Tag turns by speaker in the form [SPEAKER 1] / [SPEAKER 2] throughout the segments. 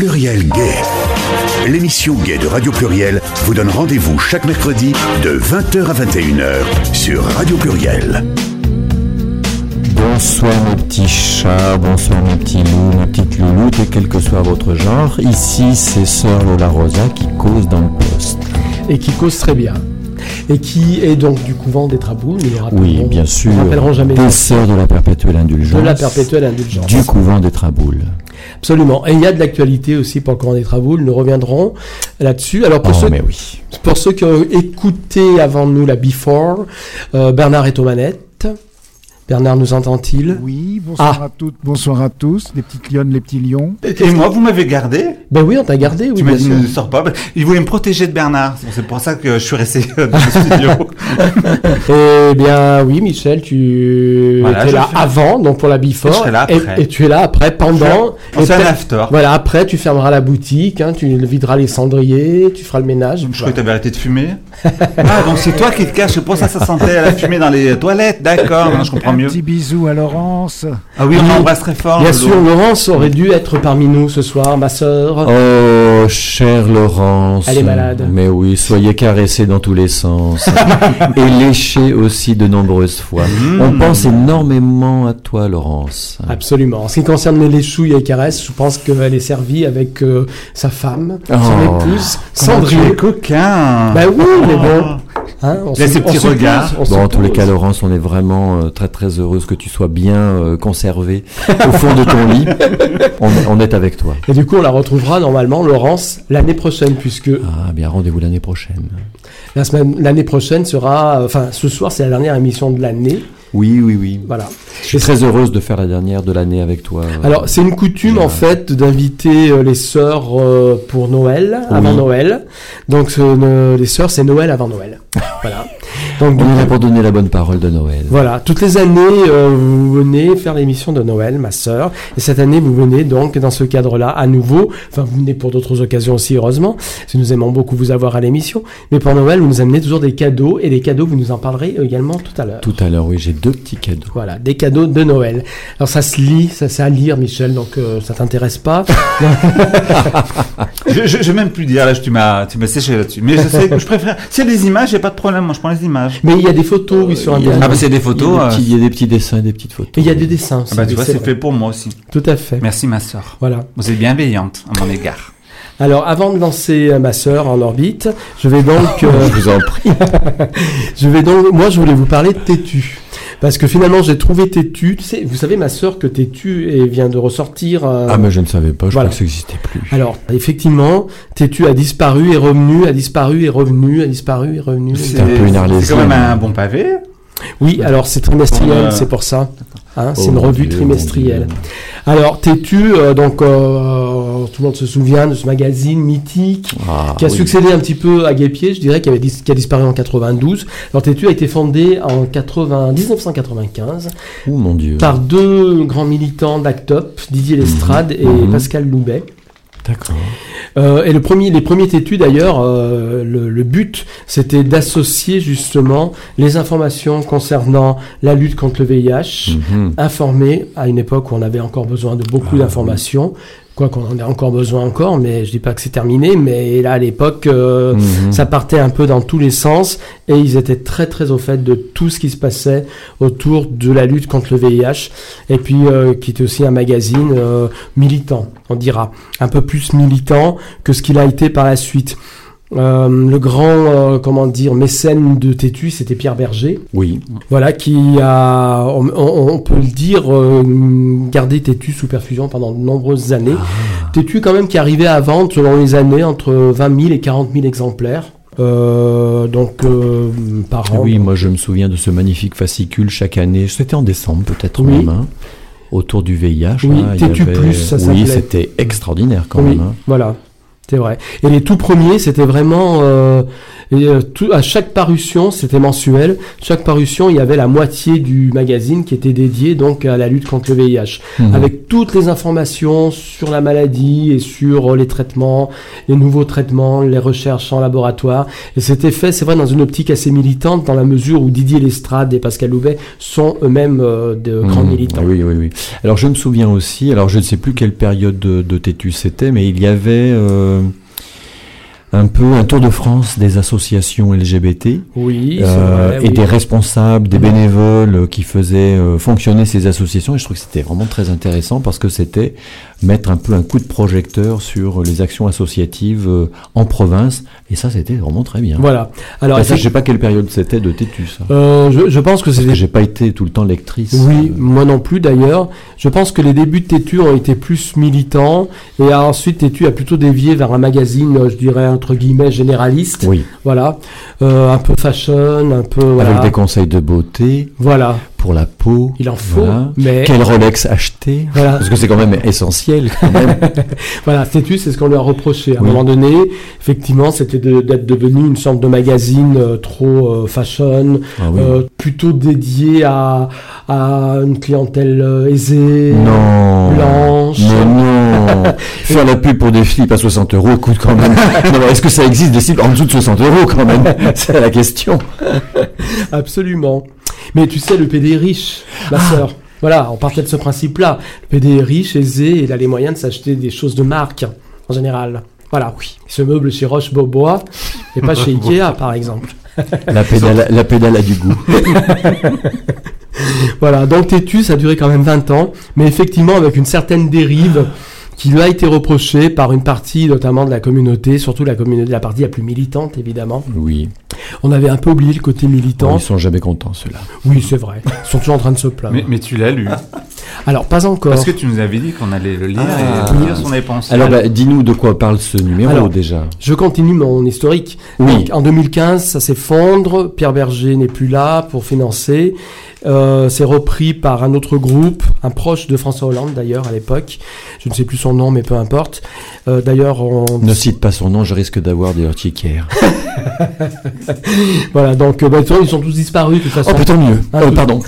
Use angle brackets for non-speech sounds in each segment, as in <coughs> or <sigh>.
[SPEAKER 1] Pluriel Gay. L'émission Gay de Radio Pluriel vous donne rendez-vous chaque mercredi de 20h à 21h sur Radio Pluriel.
[SPEAKER 2] Bonsoir mes petits chats, bonsoir mes petits loups, mes petites louloutes et quel que soit votre genre, ici c'est Sœur Lola Rosa qui cause dans le poste.
[SPEAKER 3] et qui cause très bien. Et qui est donc du couvent des Traboules, nous le
[SPEAKER 2] Oui,
[SPEAKER 3] rappellerons-
[SPEAKER 2] bien sûr,
[SPEAKER 3] nous le rappellerons jamais
[SPEAKER 2] des sœurs de la perpétuelle
[SPEAKER 3] de
[SPEAKER 2] indulgence,
[SPEAKER 3] la perpétuelle indulgence.
[SPEAKER 2] du couvent des Traboules.
[SPEAKER 3] Absolument. Et il y a de l'actualité aussi pour le couvent des Traboules, nous reviendrons là-dessus. Alors pour
[SPEAKER 2] oh
[SPEAKER 3] ceux
[SPEAKER 2] mais oui,
[SPEAKER 3] Pour ceux qui ont écouté avant nous la Before, euh, Bernard est aux manettes. Bernard nous entend-il
[SPEAKER 4] Oui, bonsoir
[SPEAKER 3] Ah.
[SPEAKER 4] à toutes, bonsoir à tous, les petites lionnes, les petits lions.
[SPEAKER 5] Et moi, vous m'avez gardé
[SPEAKER 3] Ben oui, on t'a gardé, oui,
[SPEAKER 5] Tu m'as
[SPEAKER 3] bien
[SPEAKER 5] dit
[SPEAKER 3] sûr.
[SPEAKER 5] ne sors pas. Il voulait me protéger de Bernard. C'est pour ça que je suis resté euh, dans le studio. <laughs>
[SPEAKER 3] Eh bien, oui, Michel, tu
[SPEAKER 5] Voilà,
[SPEAKER 3] étais
[SPEAKER 5] je
[SPEAKER 3] là
[SPEAKER 5] suis-
[SPEAKER 3] avant, donc pour la Before.
[SPEAKER 5] Et je serai là après.
[SPEAKER 3] Et, et tu es là après, pendant.
[SPEAKER 5] On
[SPEAKER 3] et
[SPEAKER 5] fait un
[SPEAKER 3] peut-être-
[SPEAKER 5] after.
[SPEAKER 3] Voilà, après, tu fermeras la boutique, hein, tu videras les cendriers, tu feras le ménage.
[SPEAKER 5] Je croyais que t'avais arrêté de fumer. Ah, donc c'est toi qui te caches. C'est pour ça que ça sentait la fumée dans les euh, toilettes. D'accord, maintenant je comprends
[SPEAKER 4] Un
[SPEAKER 5] mieux.
[SPEAKER 4] petit bisou à Laurence.
[SPEAKER 5] Ah oui, on embrasse très fort.
[SPEAKER 3] Bien
[SPEAKER 5] Lolo.
[SPEAKER 3] sûr, Laurence aurait dû être parmi nous ce soir, ma sœur.
[SPEAKER 2] oh chère Laurence,
[SPEAKER 3] Elle est malade.
[SPEAKER 2] mais oui, soyez caressés dans tous les
[SPEAKER 3] <laughs>
[SPEAKER 2] sens, et léchés aussi de nombreuses fois.
[SPEAKER 3] Mm.
[SPEAKER 2] On pense énormément à toi Laurence.
[SPEAKER 3] Absolument. En ce qui concerne les léchouilles et caresses, je pense qu'elle est servie avec euh, sa femme,
[SPEAKER 2] Oh.
[SPEAKER 3] son épouse,
[SPEAKER 5] Comment tu es
[SPEAKER 3] Sandrine.
[SPEAKER 5] coquin.
[SPEAKER 3] Bah oui, mais bon. Hein, on
[SPEAKER 5] Là,
[SPEAKER 3] se-
[SPEAKER 5] ces Oh.
[SPEAKER 3] on
[SPEAKER 5] petits
[SPEAKER 3] suppose,
[SPEAKER 5] regards.
[SPEAKER 3] on
[SPEAKER 2] Bon, en tous les
[SPEAKER 3] suppose.
[SPEAKER 2] cas, Laurence, on est vraiment euh, très très heureuse que tu sois bien euh, conservée au fond de ton <laughs> lit. On, on est avec toi.
[SPEAKER 3] Et du coup, on la retrouvera normalement, Laurence, l'année prochaine, puisque
[SPEAKER 2] Ah, bien, rendez-vous l'année prochaine.
[SPEAKER 3] la semaine, l'année prochaine sera, euh, enfin, ce soir, c'est la dernière émission de l'année.
[SPEAKER 2] Oui, oui, oui.
[SPEAKER 3] Voilà.
[SPEAKER 2] Je suis très heureuse de faire la dernière de l'année avec toi.
[SPEAKER 3] Alors, c'est une coutume,
[SPEAKER 2] Génial.
[SPEAKER 3] en fait, d'inviter euh, les sœurs euh, pour Noël, avant
[SPEAKER 2] Oui.
[SPEAKER 3] Noël. Donc, ce- ne- les sœurs, c'est Noël avant Noël.
[SPEAKER 2] <laughs>
[SPEAKER 3] voilà. Donc,
[SPEAKER 2] on est là pour donner la bonne parole de Noël.
[SPEAKER 3] Voilà, toutes les années, euh, vous venez faire l'émission de Noël, ma sœur, et cette année, vous venez donc dans ce cadre-là à nouveau. Enfin, vous venez pour d'autres occasions aussi, heureusement, parce que nous aimons beaucoup vous avoir à l'émission. Mais pour Noël, vous nous amenez toujours des cadeaux, et les cadeaux, vous nous en parlerez également tout à l'heure.
[SPEAKER 2] Tout à l'heure, oui, j'ai deux petits cadeaux.
[SPEAKER 3] Voilà, des cadeaux de Noël. Alors ça se lit, ça c'est à lire, Michel, donc euh, ça t'intéresse pas.
[SPEAKER 5] Je, je, je vais même plus dire. Là, tu m'as, tu m'as séché là-dessus. Mais je sais que je préfère. S'il y a des images, j'ai pas de problème. Moi, je prends les images.
[SPEAKER 3] Mais il y a des photos, oui, sur
[SPEAKER 2] Il y a-
[SPEAKER 3] Internet.
[SPEAKER 5] Ah, bah, c'est des photos,
[SPEAKER 3] hein.
[SPEAKER 2] Il y a des petits, il y a des petits dessins et des petites photos.
[SPEAKER 3] Et il y a des dessins aussi.
[SPEAKER 5] Ah bah, tu
[SPEAKER 3] oui,
[SPEAKER 5] vois,
[SPEAKER 3] c'est
[SPEAKER 5] c'est
[SPEAKER 3] vrai.
[SPEAKER 5] fait pour moi aussi.
[SPEAKER 3] Tout à fait.
[SPEAKER 5] Merci, ma sœur.
[SPEAKER 3] Voilà.
[SPEAKER 5] Vous êtes bienveillante à mon égard.
[SPEAKER 3] Alors, avant de lancer euh, ma sœur en orbite, je vais donc... euh,
[SPEAKER 2] Je vous en prie.
[SPEAKER 3] <laughs> Je vais donc, moi, je voulais vous parler de Tétu. Parce que finalement, j'ai trouvé Tétu. Tu sais, vous savez, ma sœur, que Tétu eh, vient de ressortir. euh,
[SPEAKER 2] Ah, mais je ne savais pas, je crois
[SPEAKER 3] Voilà.
[SPEAKER 2] que ça n'existait plus.
[SPEAKER 3] Alors, effectivement, Tétu a disparu et revenu, a disparu et revenu, a disparu et revenu.
[SPEAKER 2] un peu une
[SPEAKER 5] c'est
[SPEAKER 2] Arlésienne.
[SPEAKER 5] quand même un bon pavé.
[SPEAKER 3] Oui, alors c'est trimestriel,
[SPEAKER 5] Euh,
[SPEAKER 3] c'est pour ça. Hein,
[SPEAKER 2] Oh
[SPEAKER 3] c'est une
[SPEAKER 2] mon
[SPEAKER 3] revue
[SPEAKER 2] Dieu,
[SPEAKER 3] trimestrielle.
[SPEAKER 2] mon Dieu.
[SPEAKER 3] Alors, Tétu, euh, donc, euh, tout le monde se souvient de ce magazine mythique
[SPEAKER 2] Ah,
[SPEAKER 3] qui a
[SPEAKER 2] oui.
[SPEAKER 3] succédé un petit peu à Guépier, je dirais, qui, avait dis- qui a disparu en 92. Alors, Tétu a été fondée en 80 1995
[SPEAKER 2] Oh mon Dieu.
[SPEAKER 3] par deux grands militants d'ACTOP, Didier Lestrade et
[SPEAKER 2] Mhm.
[SPEAKER 3] Pascal Loubet.
[SPEAKER 2] D'accord.
[SPEAKER 3] Euh, et le premier, les premiers tétus d'ailleurs, euh, le, le but c'était d'associer justement les informations concernant la lutte contre le VIH,
[SPEAKER 2] Mhm.
[SPEAKER 3] informées à une époque où on avait encore besoin de beaucoup d'informations, quoi qu'on en ait encore besoin encore, mais je dis pas que c'est terminé, mais là à l'époque euh,
[SPEAKER 2] Mhm.
[SPEAKER 3] ça partait un peu dans tous les sens et ils étaient très très au fait de tout ce qui se passait autour de la lutte contre le VIH et puis euh, qui était aussi un magazine euh, militant, on dira, un peu plus militant que ce qu'il a été par la suite. Euh, le grand, euh, comment dire, mécène de Tétu, c'était Pierre Berger.
[SPEAKER 2] Oui.
[SPEAKER 3] Voilà, qui a, on, on- on peut le dire, euh, gardé Tétu sous perfusion pendant de nombreuses années.
[SPEAKER 2] Ah.
[SPEAKER 3] Tétu quand même qui arrivait à vendre, selon les années, entre 20 000 et 40 000 exemplaires. Euh, donc euh, par
[SPEAKER 2] Ah
[SPEAKER 3] an.
[SPEAKER 2] Oui, moi je me souviens de ce magnifique fascicule chaque année. C'était en décembre peut-être
[SPEAKER 3] Oui.
[SPEAKER 2] même. hein, autour du VIH.
[SPEAKER 3] Oui,
[SPEAKER 2] hein, il y
[SPEAKER 3] Tétu
[SPEAKER 2] avait-
[SPEAKER 3] Plus, ça
[SPEAKER 2] Oui,
[SPEAKER 3] s'appelait.
[SPEAKER 2] c'était extraordinaire quand
[SPEAKER 3] Oui,
[SPEAKER 2] même. hein.
[SPEAKER 3] voilà. C'est vrai. Et les tout premiers, c'était vraiment euh, et, euh, tout, à chaque parution, c'était mensuel. Chaque parution, il y avait la moitié du magazine qui était dédiée donc à la lutte contre le VIH,
[SPEAKER 2] Mhm.
[SPEAKER 3] avec toutes les informations sur la maladie et sur euh, les traitements, les nouveaux traitements, les recherches en laboratoire. Et c'était fait, c'est vrai, dans une optique assez militante, dans la mesure où Didier Lestrade et Pascal Louvet sont eux-mêmes euh, de grands
[SPEAKER 2] Mmh.
[SPEAKER 3] militants.
[SPEAKER 2] Oui, oui, oui. Alors je me souviens aussi, alors je ne sais plus quelle période de, de Tétus c'était, mais il y avait euh, un peu un tour de France des associations LGBT
[SPEAKER 3] Oui, c'est
[SPEAKER 2] euh,
[SPEAKER 3] vrai,
[SPEAKER 2] et
[SPEAKER 3] oui.
[SPEAKER 2] des responsables, des bénévoles euh, qui faisaient euh, fonctionner ces associations. Et je trouve que c'était vraiment très intéressant parce que c'était mettre un peu un coup de projecteur sur les actions associatives euh, en province. Et ça, c'était vraiment très bien.
[SPEAKER 3] Voilà. Alors,
[SPEAKER 2] Enfin, ça, je sais pas quelle période c'était de Tétus. hein.
[SPEAKER 3] euh, je, je pense que c'est
[SPEAKER 2] Parce que
[SPEAKER 3] des
[SPEAKER 2] j'ai pas été tout le temps lectrice. euh,
[SPEAKER 3] Oui, moi non plus d'ailleurs. Je pense que les débuts de Tétu ont été plus militants et ensuite Tétu a plutôt dévié vers un magazine, euh, je dirais entre guillemets généraliste.
[SPEAKER 2] oui.
[SPEAKER 3] Voilà, Euh, un peu fashion, un peu voilà.
[SPEAKER 2] Avec des conseils de beauté,
[SPEAKER 3] Voilà,
[SPEAKER 2] pour la peau.
[SPEAKER 3] il en faut,
[SPEAKER 2] voilà.
[SPEAKER 3] mais
[SPEAKER 2] Quel Rolex acheter
[SPEAKER 3] Voilà.
[SPEAKER 2] Parce que c'est quand même essentiel. Quand même.
[SPEAKER 3] <laughs> voilà, Tétu, c'est ce qu'on lui a reproché. À un
[SPEAKER 2] Oui.
[SPEAKER 3] moment donné, effectivement, c'était de- d'être devenu une sorte de magazine euh, trop euh, fashion,
[SPEAKER 2] Ah oui.
[SPEAKER 3] euh, plutôt dédié à, à une clientèle euh, aisée.
[SPEAKER 2] non.
[SPEAKER 3] blanche.
[SPEAKER 2] Mais <laughs> non. Faire la pub pour des slips à 60 euros coûte quand <laughs> même. Non, mais Est-ce que ça existe des slips en dessous de 60 euros quand même C'est la question.
[SPEAKER 3] Absolument. Mais tu sais, le PD est riche, ma
[SPEAKER 2] Ah.
[SPEAKER 3] sœur. Voilà, on partait de ce principe-là. Le PD est riche, aisé, et il a les moyens de s'acheter des choses de marque, en général. Voilà, oui. Il se meuble chez Roche-Beaubois, et
[SPEAKER 2] <laughs>
[SPEAKER 3] pas chez Ikea, par exemple.
[SPEAKER 2] La pédale, la pédale a du goût.
[SPEAKER 3] Voilà, donc Tétu, ça a duré quand même 20 ans, mais effectivement avec une certaine dérive qui lui a été reprochée par une partie, notamment de la communauté, surtout la communauté, la partie la plus militante, évidemment.
[SPEAKER 2] Oui.
[SPEAKER 3] On avait un peu oublié le côté militant.
[SPEAKER 2] Ils sont jamais contents ceux-là.
[SPEAKER 3] Oui, c'est vrai. Ils sont toujours en train de se plaindre.
[SPEAKER 6] Mais, mais tu l'as
[SPEAKER 5] Ah.
[SPEAKER 6] lu.
[SPEAKER 3] Alors, pas encore.
[SPEAKER 6] Parce que tu nous avais dit qu'on allait le lire
[SPEAKER 2] Ah.
[SPEAKER 6] et dire ce qu'on avait pensé.
[SPEAKER 2] Alors, bah, dis-nous de quoi parle ce numéro
[SPEAKER 3] Alors,
[SPEAKER 2] déjà.
[SPEAKER 3] Je continue mon historique.
[SPEAKER 2] Oui.
[SPEAKER 3] Donc, en 2015, ça s'effondre. Pierre Berger n'est plus là pour financer. Euh, c'est repris par un autre groupe, un proche de François Hollande d'ailleurs à l'époque. Je ne sais plus son nom, mais peu importe. Euh, d'ailleurs, on...
[SPEAKER 2] Ne cite pas son nom, je risque d'avoir des urticaires.
[SPEAKER 3] voilà. Donc, euh, bah, de toute façon, ils sont tous disparus de toute façon.
[SPEAKER 2] Oh, peut-être mieux.
[SPEAKER 3] Ah,
[SPEAKER 2] Euh,
[SPEAKER 3] tout-
[SPEAKER 2] pardon.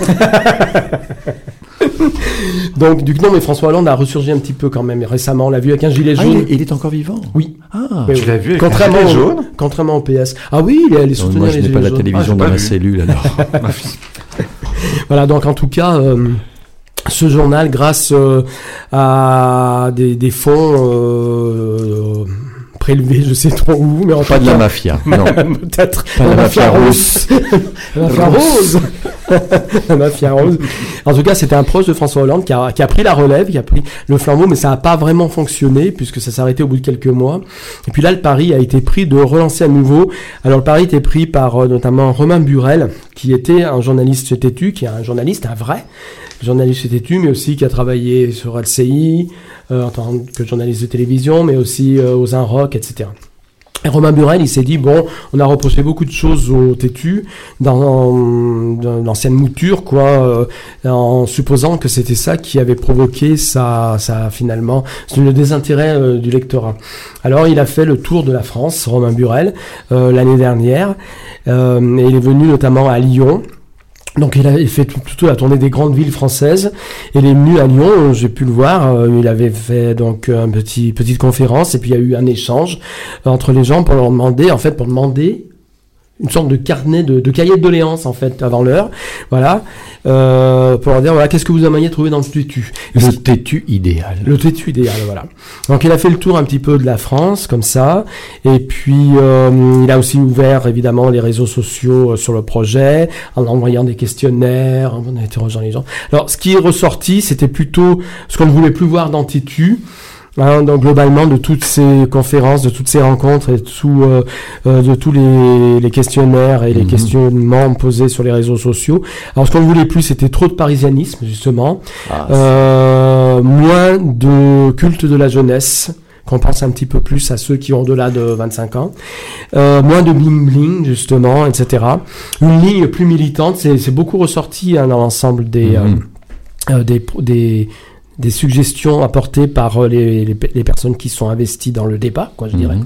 [SPEAKER 3] donc, du coup, non, mais François Hollande a ressurgi un petit peu quand même récemment. On l'a vu avec un gilet
[SPEAKER 2] Ah, il,
[SPEAKER 3] jaune.
[SPEAKER 2] est, il est encore vivant.
[SPEAKER 3] Oui.
[SPEAKER 2] Ah.
[SPEAKER 3] Mais
[SPEAKER 6] tu
[SPEAKER 3] oui.
[SPEAKER 6] l'as vu avec un
[SPEAKER 3] contrairement
[SPEAKER 6] gilet
[SPEAKER 3] au-
[SPEAKER 6] jaune
[SPEAKER 3] Contrairement au PS. Ah oui, il est allé
[SPEAKER 2] Non,
[SPEAKER 3] soutenir
[SPEAKER 2] moi, je
[SPEAKER 3] les
[SPEAKER 2] n'ai
[SPEAKER 3] gilets
[SPEAKER 2] pas la
[SPEAKER 3] jaunes.
[SPEAKER 2] télévision
[SPEAKER 6] Ah, j'ai
[SPEAKER 2] dans
[SPEAKER 6] pas
[SPEAKER 2] ma
[SPEAKER 6] vu.
[SPEAKER 2] cellule, alors.
[SPEAKER 3] Ah, Voilà, donc en tout cas, euh, ce journal, grâce euh, à des, des fonds euh, euh, prélevés, je sais trop où, mais
[SPEAKER 2] <laughs>
[SPEAKER 3] en
[SPEAKER 2] pas de la
[SPEAKER 3] tout cas,
[SPEAKER 2] mafia, non.
[SPEAKER 3] peut-être
[SPEAKER 2] Pas de la mafia
[SPEAKER 3] russe. <laughs> la mafia rose. <laughs> la mafia rose. En tout cas, c'était un proche de François Hollande qui a, qui a pris la relève, qui a pris le flambeau, mais ça n'a pas vraiment fonctionné puisque ça s'est arrêté au bout de quelques mois. Et puis là, le pari a été pris de relancer à nouveau. Alors le pari était pris par euh, notamment Romain Burel, qui était un journaliste chez Tétu, qui est un journaliste, un vrai journaliste chez Tétu, mais aussi qui a travaillé sur LCI euh, en tant que journaliste de télévision, mais aussi euh, aux Un Rock, etc. Et Romain Burel, il s'est dit, bon, on a reproché beaucoup de choses au Tétu, dans, dans l'ancienne mouture, quoi, euh, en supposant que c'était ça qui avait provoqué ça, ça finalement, le désintérêt euh, du lectorat. Alors, il a fait le tour de la France, Romain Burel, euh, l'année dernière, euh, et il est venu notamment à Lyon, donc il a fait tout- plutôt la tournée des grandes villes françaises. Et il est venu à Lyon, euh, j'ai pu le voir. euh, il avait fait donc euh, un petit petite conférence et puis il y a eu un échange entre les gens pour leur demander, en fait, pour demander une sorte de carnet de, de cahier de doléances en fait avant l'heure, voilà, euh, pour leur dire voilà qu'est-ce que vous aimeriez trouver dans le tutu.
[SPEAKER 2] Le têtu idéal.
[SPEAKER 3] Le têtu idéal, voilà. Donc il a fait le tour un petit peu de la France, comme ça. Et puis euh, il a aussi ouvert évidemment les réseaux sociaux euh, sur le projet, en envoyant des questionnaires, en interrogeant les gens. Alors ce qui est ressorti, c'était plutôt ce qu'on ne voulait plus voir dans Tétu. hein, donc globalement de toutes ces conférences, de toutes ces rencontres et de, tout, euh, euh, de tous les, les questionnaires et les
[SPEAKER 2] Mhm.
[SPEAKER 3] questionnements posés sur les réseaux sociaux. Alors ce qu'on ne voulait plus, c'était trop de parisianisme justement.
[SPEAKER 2] Ah,
[SPEAKER 3] Euh, moins de culte de la jeunesse, qu'on pense un petit peu plus à ceux qui ont au-delà de 25 ans, Euh, moins de bling-bling, justement, etc. Une ligne plus militante, c'est c'est beaucoup ressorti hein, dans l'ensemble des, euh,
[SPEAKER 2] Mhm.
[SPEAKER 3] euh, des, pro- des, des suggestions apportées par euh, les, les pe- les personnes qui sont investies dans le débat, quoi,
[SPEAKER 2] Mhm.
[SPEAKER 3] je dirais.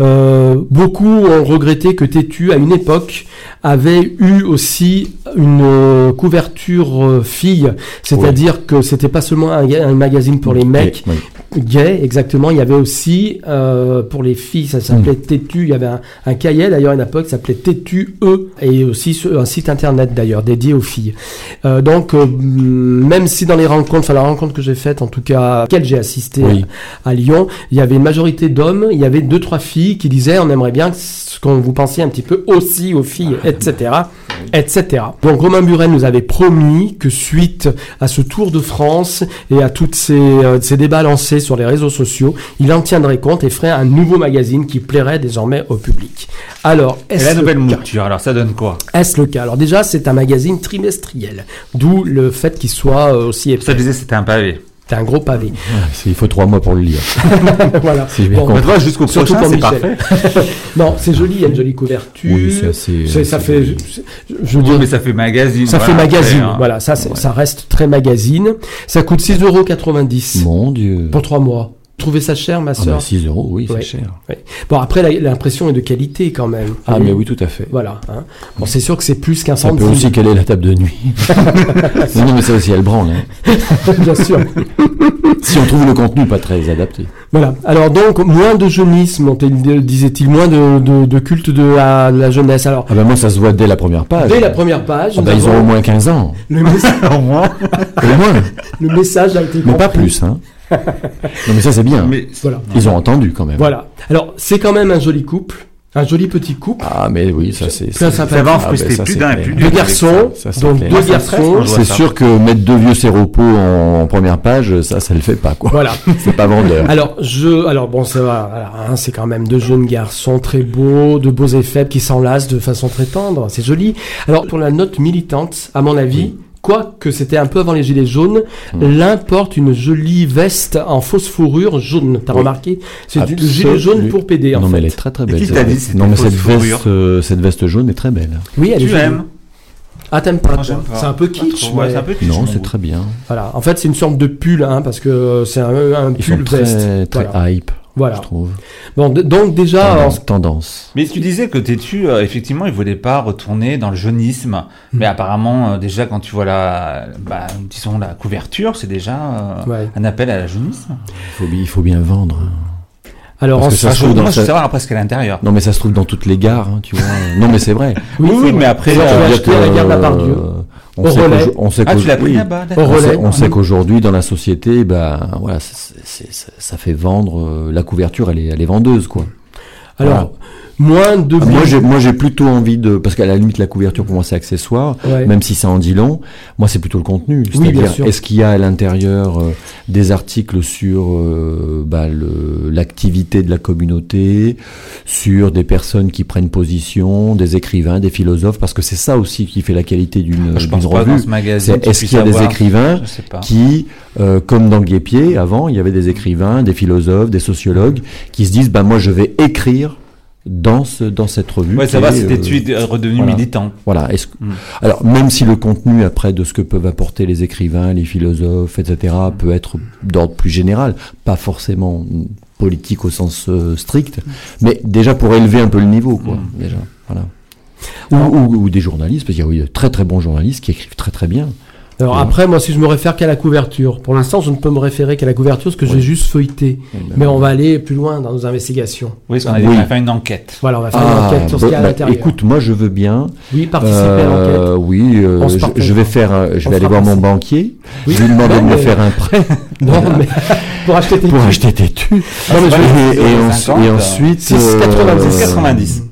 [SPEAKER 3] Euh, beaucoup ont regretté que Tétu, à une époque, avait eu aussi une euh, couverture euh, fille, c'est-à-dire que c'était pas seulement un, ga- un magazine pour les mecs,
[SPEAKER 2] Eh, Oui.
[SPEAKER 3] gay, exactement. Il y avait aussi, euh, pour les filles, ça s'appelait Tétu. Il y avait un, un cahier d'ailleurs à une époque qui s'appelait Tétu E. Et aussi sur- un site internet d'ailleurs dédié aux filles. Euh, donc, euh, même si dans les rencontres, enfin la rencontre que j'ai faite, en tout cas, à laquelle j'ai assisté
[SPEAKER 2] Oui.
[SPEAKER 3] à, à Lyon, il y avait une majorité d'hommes, il y avait deux, trois filles qui disaient on aimerait bien que ce qu'on vous pensiez un petit peu aussi aux filles,
[SPEAKER 5] Ah.
[SPEAKER 3] etc. etc. Donc Romain Buren nous avait promis que suite à ce Tour de France et à toutes ces, euh, ces débats lancés sur les réseaux sociaux, il en tiendrait compte et ferait un nouveau magazine qui plairait désormais au public. Alors,
[SPEAKER 5] Et
[SPEAKER 3] est-ce
[SPEAKER 5] la nouvelle
[SPEAKER 3] le cas
[SPEAKER 5] mouture, alors ça donne quoi
[SPEAKER 3] Est-ce le cas Alors déjà, c'est un magazine trimestriel, d'où le fait qu'il soit euh, aussi épais.
[SPEAKER 6] Ça disait c'était un pavé.
[SPEAKER 3] C'est un gros pavé.
[SPEAKER 2] Ah, C'est- Il faut trois mois pour le lire.
[SPEAKER 3] voilà.
[SPEAKER 2] Si j'ai bien
[SPEAKER 3] Bon,
[SPEAKER 2] compris.
[SPEAKER 5] Maintenant, jusqu'au
[SPEAKER 3] Surtout
[SPEAKER 5] prochain,
[SPEAKER 3] pour
[SPEAKER 5] c'est
[SPEAKER 3] Michel.
[SPEAKER 5] parfait.
[SPEAKER 3] <laughs> Non, c'est joli, il y a une jolie couverture.
[SPEAKER 2] Oui, c'est assez-
[SPEAKER 3] C'est- ça
[SPEAKER 2] c'est-
[SPEAKER 3] fait, je, je- je
[SPEAKER 6] Oui,
[SPEAKER 3] dirais-
[SPEAKER 6] Oh, mais ça fait magazine.
[SPEAKER 3] ça
[SPEAKER 6] voilà,
[SPEAKER 3] fait magazine.
[SPEAKER 6] après, hein.
[SPEAKER 3] Voilà, ça, c'est- ça reste très magazine. Ça coûte 6,90€
[SPEAKER 2] Mon Dieu.
[SPEAKER 3] pour trois mois. Trouvez ça cher, ma
[SPEAKER 2] Ah bah,
[SPEAKER 3] sœur
[SPEAKER 2] 6 euros, oui, c'est
[SPEAKER 3] Ouais.
[SPEAKER 2] cher.
[SPEAKER 3] Ouais. Bon, après, la- l'impression est de qualité quand même.
[SPEAKER 2] Ah, mais oui, tout à fait.
[SPEAKER 3] Voilà. hein. Bon, c'est sûr que c'est plus qu'un
[SPEAKER 2] Ça peut
[SPEAKER 3] centime.
[SPEAKER 2] aussi
[SPEAKER 3] <laughs>
[SPEAKER 2] quelle est la table de nuit. non, non, mais ça aussi, elle branle. hein.
[SPEAKER 3] bien sûr.
[SPEAKER 2] Si on trouve le contenu pas très adapté.
[SPEAKER 3] Voilà. Alors donc, moins de jeunisme, on te- disait-il, moins de, de- de culte de la, de la jeunesse. Alors,
[SPEAKER 2] Ah bah moi, ça se voit dès la première page.
[SPEAKER 3] dès la première page,
[SPEAKER 2] Ah bah,
[SPEAKER 3] nous
[SPEAKER 2] ils
[SPEAKER 3] avons
[SPEAKER 2] ont au moins 15 ans.
[SPEAKER 3] le, mes-
[SPEAKER 5] Au moins.
[SPEAKER 2] Au moins.
[SPEAKER 3] <laughs> le message a été
[SPEAKER 2] Mais pas
[SPEAKER 3] compris.
[SPEAKER 2] plus, hein. Non, mais ça, c'est bien.
[SPEAKER 6] Mais
[SPEAKER 3] Voilà.
[SPEAKER 2] Ils ont entendu quand même.
[SPEAKER 3] Voilà. Alors, c'est quand même un joli couple, un joli petit couple.
[SPEAKER 2] Ah, mais oui, ça, c'est.
[SPEAKER 3] Très
[SPEAKER 2] c'est-
[SPEAKER 3] sympa.
[SPEAKER 5] Ça va en
[SPEAKER 2] Ah, ben,
[SPEAKER 5] frustrer
[SPEAKER 2] ça,
[SPEAKER 5] plus
[SPEAKER 2] c'est
[SPEAKER 5] d'un et
[SPEAKER 2] clair.
[SPEAKER 5] plus
[SPEAKER 3] Deux
[SPEAKER 5] d'une.
[SPEAKER 3] garçons,
[SPEAKER 2] ça, ça,
[SPEAKER 3] donc
[SPEAKER 2] c'est-
[SPEAKER 3] deux
[SPEAKER 2] ça, ça
[SPEAKER 3] garçons.
[SPEAKER 5] stresse,
[SPEAKER 2] C'est sûr que mettre deux vieux séropos en, en première page, ça, ça le fait pas, quoi.
[SPEAKER 3] Voilà.
[SPEAKER 2] C'est pas
[SPEAKER 3] <laughs>
[SPEAKER 2] vendeur.
[SPEAKER 3] Alors, je, alors bon, ça va, voilà, hein, c'est quand même deux jeunes garçons très beaux, de beaux et faibles qui s'enlacent de façon très tendre, c'est joli. Alors, pour la note militante, à mon avis, quoique c'était un peu avant les gilets jaunes,
[SPEAKER 2] Mmh.
[SPEAKER 3] l'un porte une jolie veste en fausse fourrure jaune, t'as remarqué C'est du le gilet jaune
[SPEAKER 2] Absolument.
[SPEAKER 3] pour PD, en
[SPEAKER 2] non, mais
[SPEAKER 3] fait.
[SPEAKER 2] elle est très très
[SPEAKER 5] Et
[SPEAKER 2] belle.
[SPEAKER 5] qui
[SPEAKER 2] cette
[SPEAKER 5] t'a dit
[SPEAKER 2] veste.
[SPEAKER 5] c'était
[SPEAKER 2] non, mais
[SPEAKER 5] fausse
[SPEAKER 2] cette veste,
[SPEAKER 5] fourrure
[SPEAKER 2] euh, cette veste jaune est très belle.
[SPEAKER 3] Oui, elle est
[SPEAKER 5] Tu
[SPEAKER 3] jolie.
[SPEAKER 5] aimes
[SPEAKER 3] Ah, t'aimes pas
[SPEAKER 5] Moi,
[SPEAKER 3] toi.
[SPEAKER 5] j'aime pas.
[SPEAKER 3] C'est un peu
[SPEAKER 5] Pas trop,
[SPEAKER 3] kitsch,
[SPEAKER 5] ouais,
[SPEAKER 3] ouais.
[SPEAKER 5] c'est un peu kitsch,
[SPEAKER 2] Non,
[SPEAKER 5] mon
[SPEAKER 2] c'est
[SPEAKER 5] goût.
[SPEAKER 2] très bien.
[SPEAKER 3] Voilà. En fait, c'est une sorte de pull, hein, parce que c'est un, un
[SPEAKER 2] Ils
[SPEAKER 3] pull
[SPEAKER 2] sont très
[SPEAKER 3] veste.
[SPEAKER 2] très
[SPEAKER 3] voilà.
[SPEAKER 2] hype,
[SPEAKER 3] Voilà. Ah,
[SPEAKER 2] je trouve.
[SPEAKER 3] Bon, de- donc déjà, en-
[SPEAKER 2] Tendance, tendance.
[SPEAKER 6] Mais tu disais que Tétu, euh, effectivement, il voulait pas retourner dans le jeunisme. Mais apparemment, euh, déjà, quand tu vois la, bah, disons, la couverture, c'est déjà euh,
[SPEAKER 3] Ouais.
[SPEAKER 6] un appel à la jeunisme.
[SPEAKER 2] Il faut, bi- il faut bien vendre. hein.
[SPEAKER 3] alors
[SPEAKER 2] Parce
[SPEAKER 3] en
[SPEAKER 2] que ça
[SPEAKER 6] Ah,
[SPEAKER 2] se
[SPEAKER 6] je,
[SPEAKER 2] trouve dans
[SPEAKER 6] moi, je veux
[SPEAKER 2] sa-
[SPEAKER 6] savoir après ce qu'il y a à l'intérieur.
[SPEAKER 2] Non, mais ça se trouve dans toutes les gares, hein, tu vois. non, mais c'est
[SPEAKER 3] <laughs>
[SPEAKER 2] vrai.
[SPEAKER 3] Oui,
[SPEAKER 6] Oui,
[SPEAKER 3] c'est
[SPEAKER 6] oui,
[SPEAKER 3] vrai.
[SPEAKER 6] mais après,
[SPEAKER 3] Tu
[SPEAKER 6] euh,
[SPEAKER 3] vas
[SPEAKER 2] C'est-à-dire
[SPEAKER 3] acheter à la
[SPEAKER 2] que,
[SPEAKER 3] gare
[SPEAKER 2] euh,
[SPEAKER 3] Lapardieu.
[SPEAKER 2] on
[SPEAKER 3] Au
[SPEAKER 2] sait
[SPEAKER 3] relais.
[SPEAKER 2] qu'aujo- on sait
[SPEAKER 6] Ah, tu l'as pris
[SPEAKER 2] qu'aujourd'hui-
[SPEAKER 6] là-bas,
[SPEAKER 2] On
[SPEAKER 6] d'accord.
[SPEAKER 3] Au relais.
[SPEAKER 2] sait, on sait qu'aujourd'hui, dans la société, ben, voilà, c'est- c'est- c'est- ça fait vendre. euh, la couverture, elle est, elle est vendeuse, quoi.
[SPEAKER 3] Alors, moins de
[SPEAKER 2] Ah, Moi, j'ai, moi, j'ai plutôt envie de, parce qu'à la limite, la couverture pour moi c'est accessoire,
[SPEAKER 3] Ouais.
[SPEAKER 2] même si ça en dit long. Moi, c'est plutôt le contenu.
[SPEAKER 3] Oui, bien
[SPEAKER 2] C'est-à-dire,
[SPEAKER 3] sûr.
[SPEAKER 2] est-ce qu'il y a à l'intérieur euh, des articles sur euh, bah, le, l'activité de la communauté, sur des personnes qui prennent position, des écrivains, des philosophes, parce que c'est ça aussi qui fait la qualité d'une,
[SPEAKER 6] Je
[SPEAKER 2] d'une
[SPEAKER 6] pense pas
[SPEAKER 2] revue.
[SPEAKER 6] dans ce magazine.
[SPEAKER 2] C'est
[SPEAKER 6] tu
[SPEAKER 2] est-ce
[SPEAKER 6] puisses
[SPEAKER 2] qu'il y a des
[SPEAKER 6] avoir-
[SPEAKER 2] écrivains
[SPEAKER 6] Je sais pas.
[SPEAKER 2] qui, euh, comme dans Guépier, avant, il y avait des écrivains, des philosophes, des sociologues qui se disent bah, moi, je vais écrire dans, ce, dans cette revue.
[SPEAKER 6] Ouais, ça
[SPEAKER 2] qui
[SPEAKER 6] va,
[SPEAKER 2] est,
[SPEAKER 6] c'était
[SPEAKER 2] euh,
[SPEAKER 6] tu es redevenu
[SPEAKER 2] voilà.
[SPEAKER 6] militant.
[SPEAKER 2] Voilà. Est-ce que-
[SPEAKER 6] Mm.
[SPEAKER 2] Alors, même si le contenu, après, de ce que peuvent apporter les écrivains, les philosophes, etc., peut être d'ordre plus général, pas forcément politique au sens euh, strict, mais déjà pour élever un peu le niveau, quoi,
[SPEAKER 6] Hmm.
[SPEAKER 2] déjà. Voilà. Ou, ou- ou des journalistes, parce qu'il y a oui, de très très bons journalistes qui écrivent très très bien.
[SPEAKER 3] Alors après, moi, si je me réfère qu'à la couverture, pour l'instant, je ne peux me référer qu'à la couverture parce que j'ai juste feuilleté.
[SPEAKER 2] bah
[SPEAKER 3] Mais on va aller plus loin dans nos investigations.
[SPEAKER 6] Oui, parce qu'on a dit
[SPEAKER 2] Oui.
[SPEAKER 6] qu'on allait faire une enquête.
[SPEAKER 3] Voilà, on va faire
[SPEAKER 2] Ah,
[SPEAKER 3] une enquête sur ce
[SPEAKER 2] bon,
[SPEAKER 3] qu'il y a à
[SPEAKER 2] bah,
[SPEAKER 3] l'intérieur.
[SPEAKER 2] Écoute, moi je veux bien.
[SPEAKER 3] oui, participer à
[SPEAKER 2] Euh, <laughs>
[SPEAKER 3] l'enquête.
[SPEAKER 2] Oui, euh,
[SPEAKER 3] On se
[SPEAKER 2] je,
[SPEAKER 3] partage.
[SPEAKER 2] je vais faire. un- Je
[SPEAKER 3] On
[SPEAKER 2] vais aller
[SPEAKER 3] fera
[SPEAKER 2] voir mon
[SPEAKER 3] passer.
[SPEAKER 2] banquier.
[SPEAKER 3] Oui.
[SPEAKER 2] Je lui demander
[SPEAKER 3] Non,
[SPEAKER 2] de me
[SPEAKER 3] mais-
[SPEAKER 2] faire un
[SPEAKER 3] <laughs>
[SPEAKER 2] prêt
[SPEAKER 3] Non, mais pour acheter tes
[SPEAKER 2] pour acheter Tétu.
[SPEAKER 3] Non, mais je vais-
[SPEAKER 2] et, et en-
[SPEAKER 6] 50,
[SPEAKER 2] et ensuite.
[SPEAKER 3] euh, 6,90.
[SPEAKER 6] 90.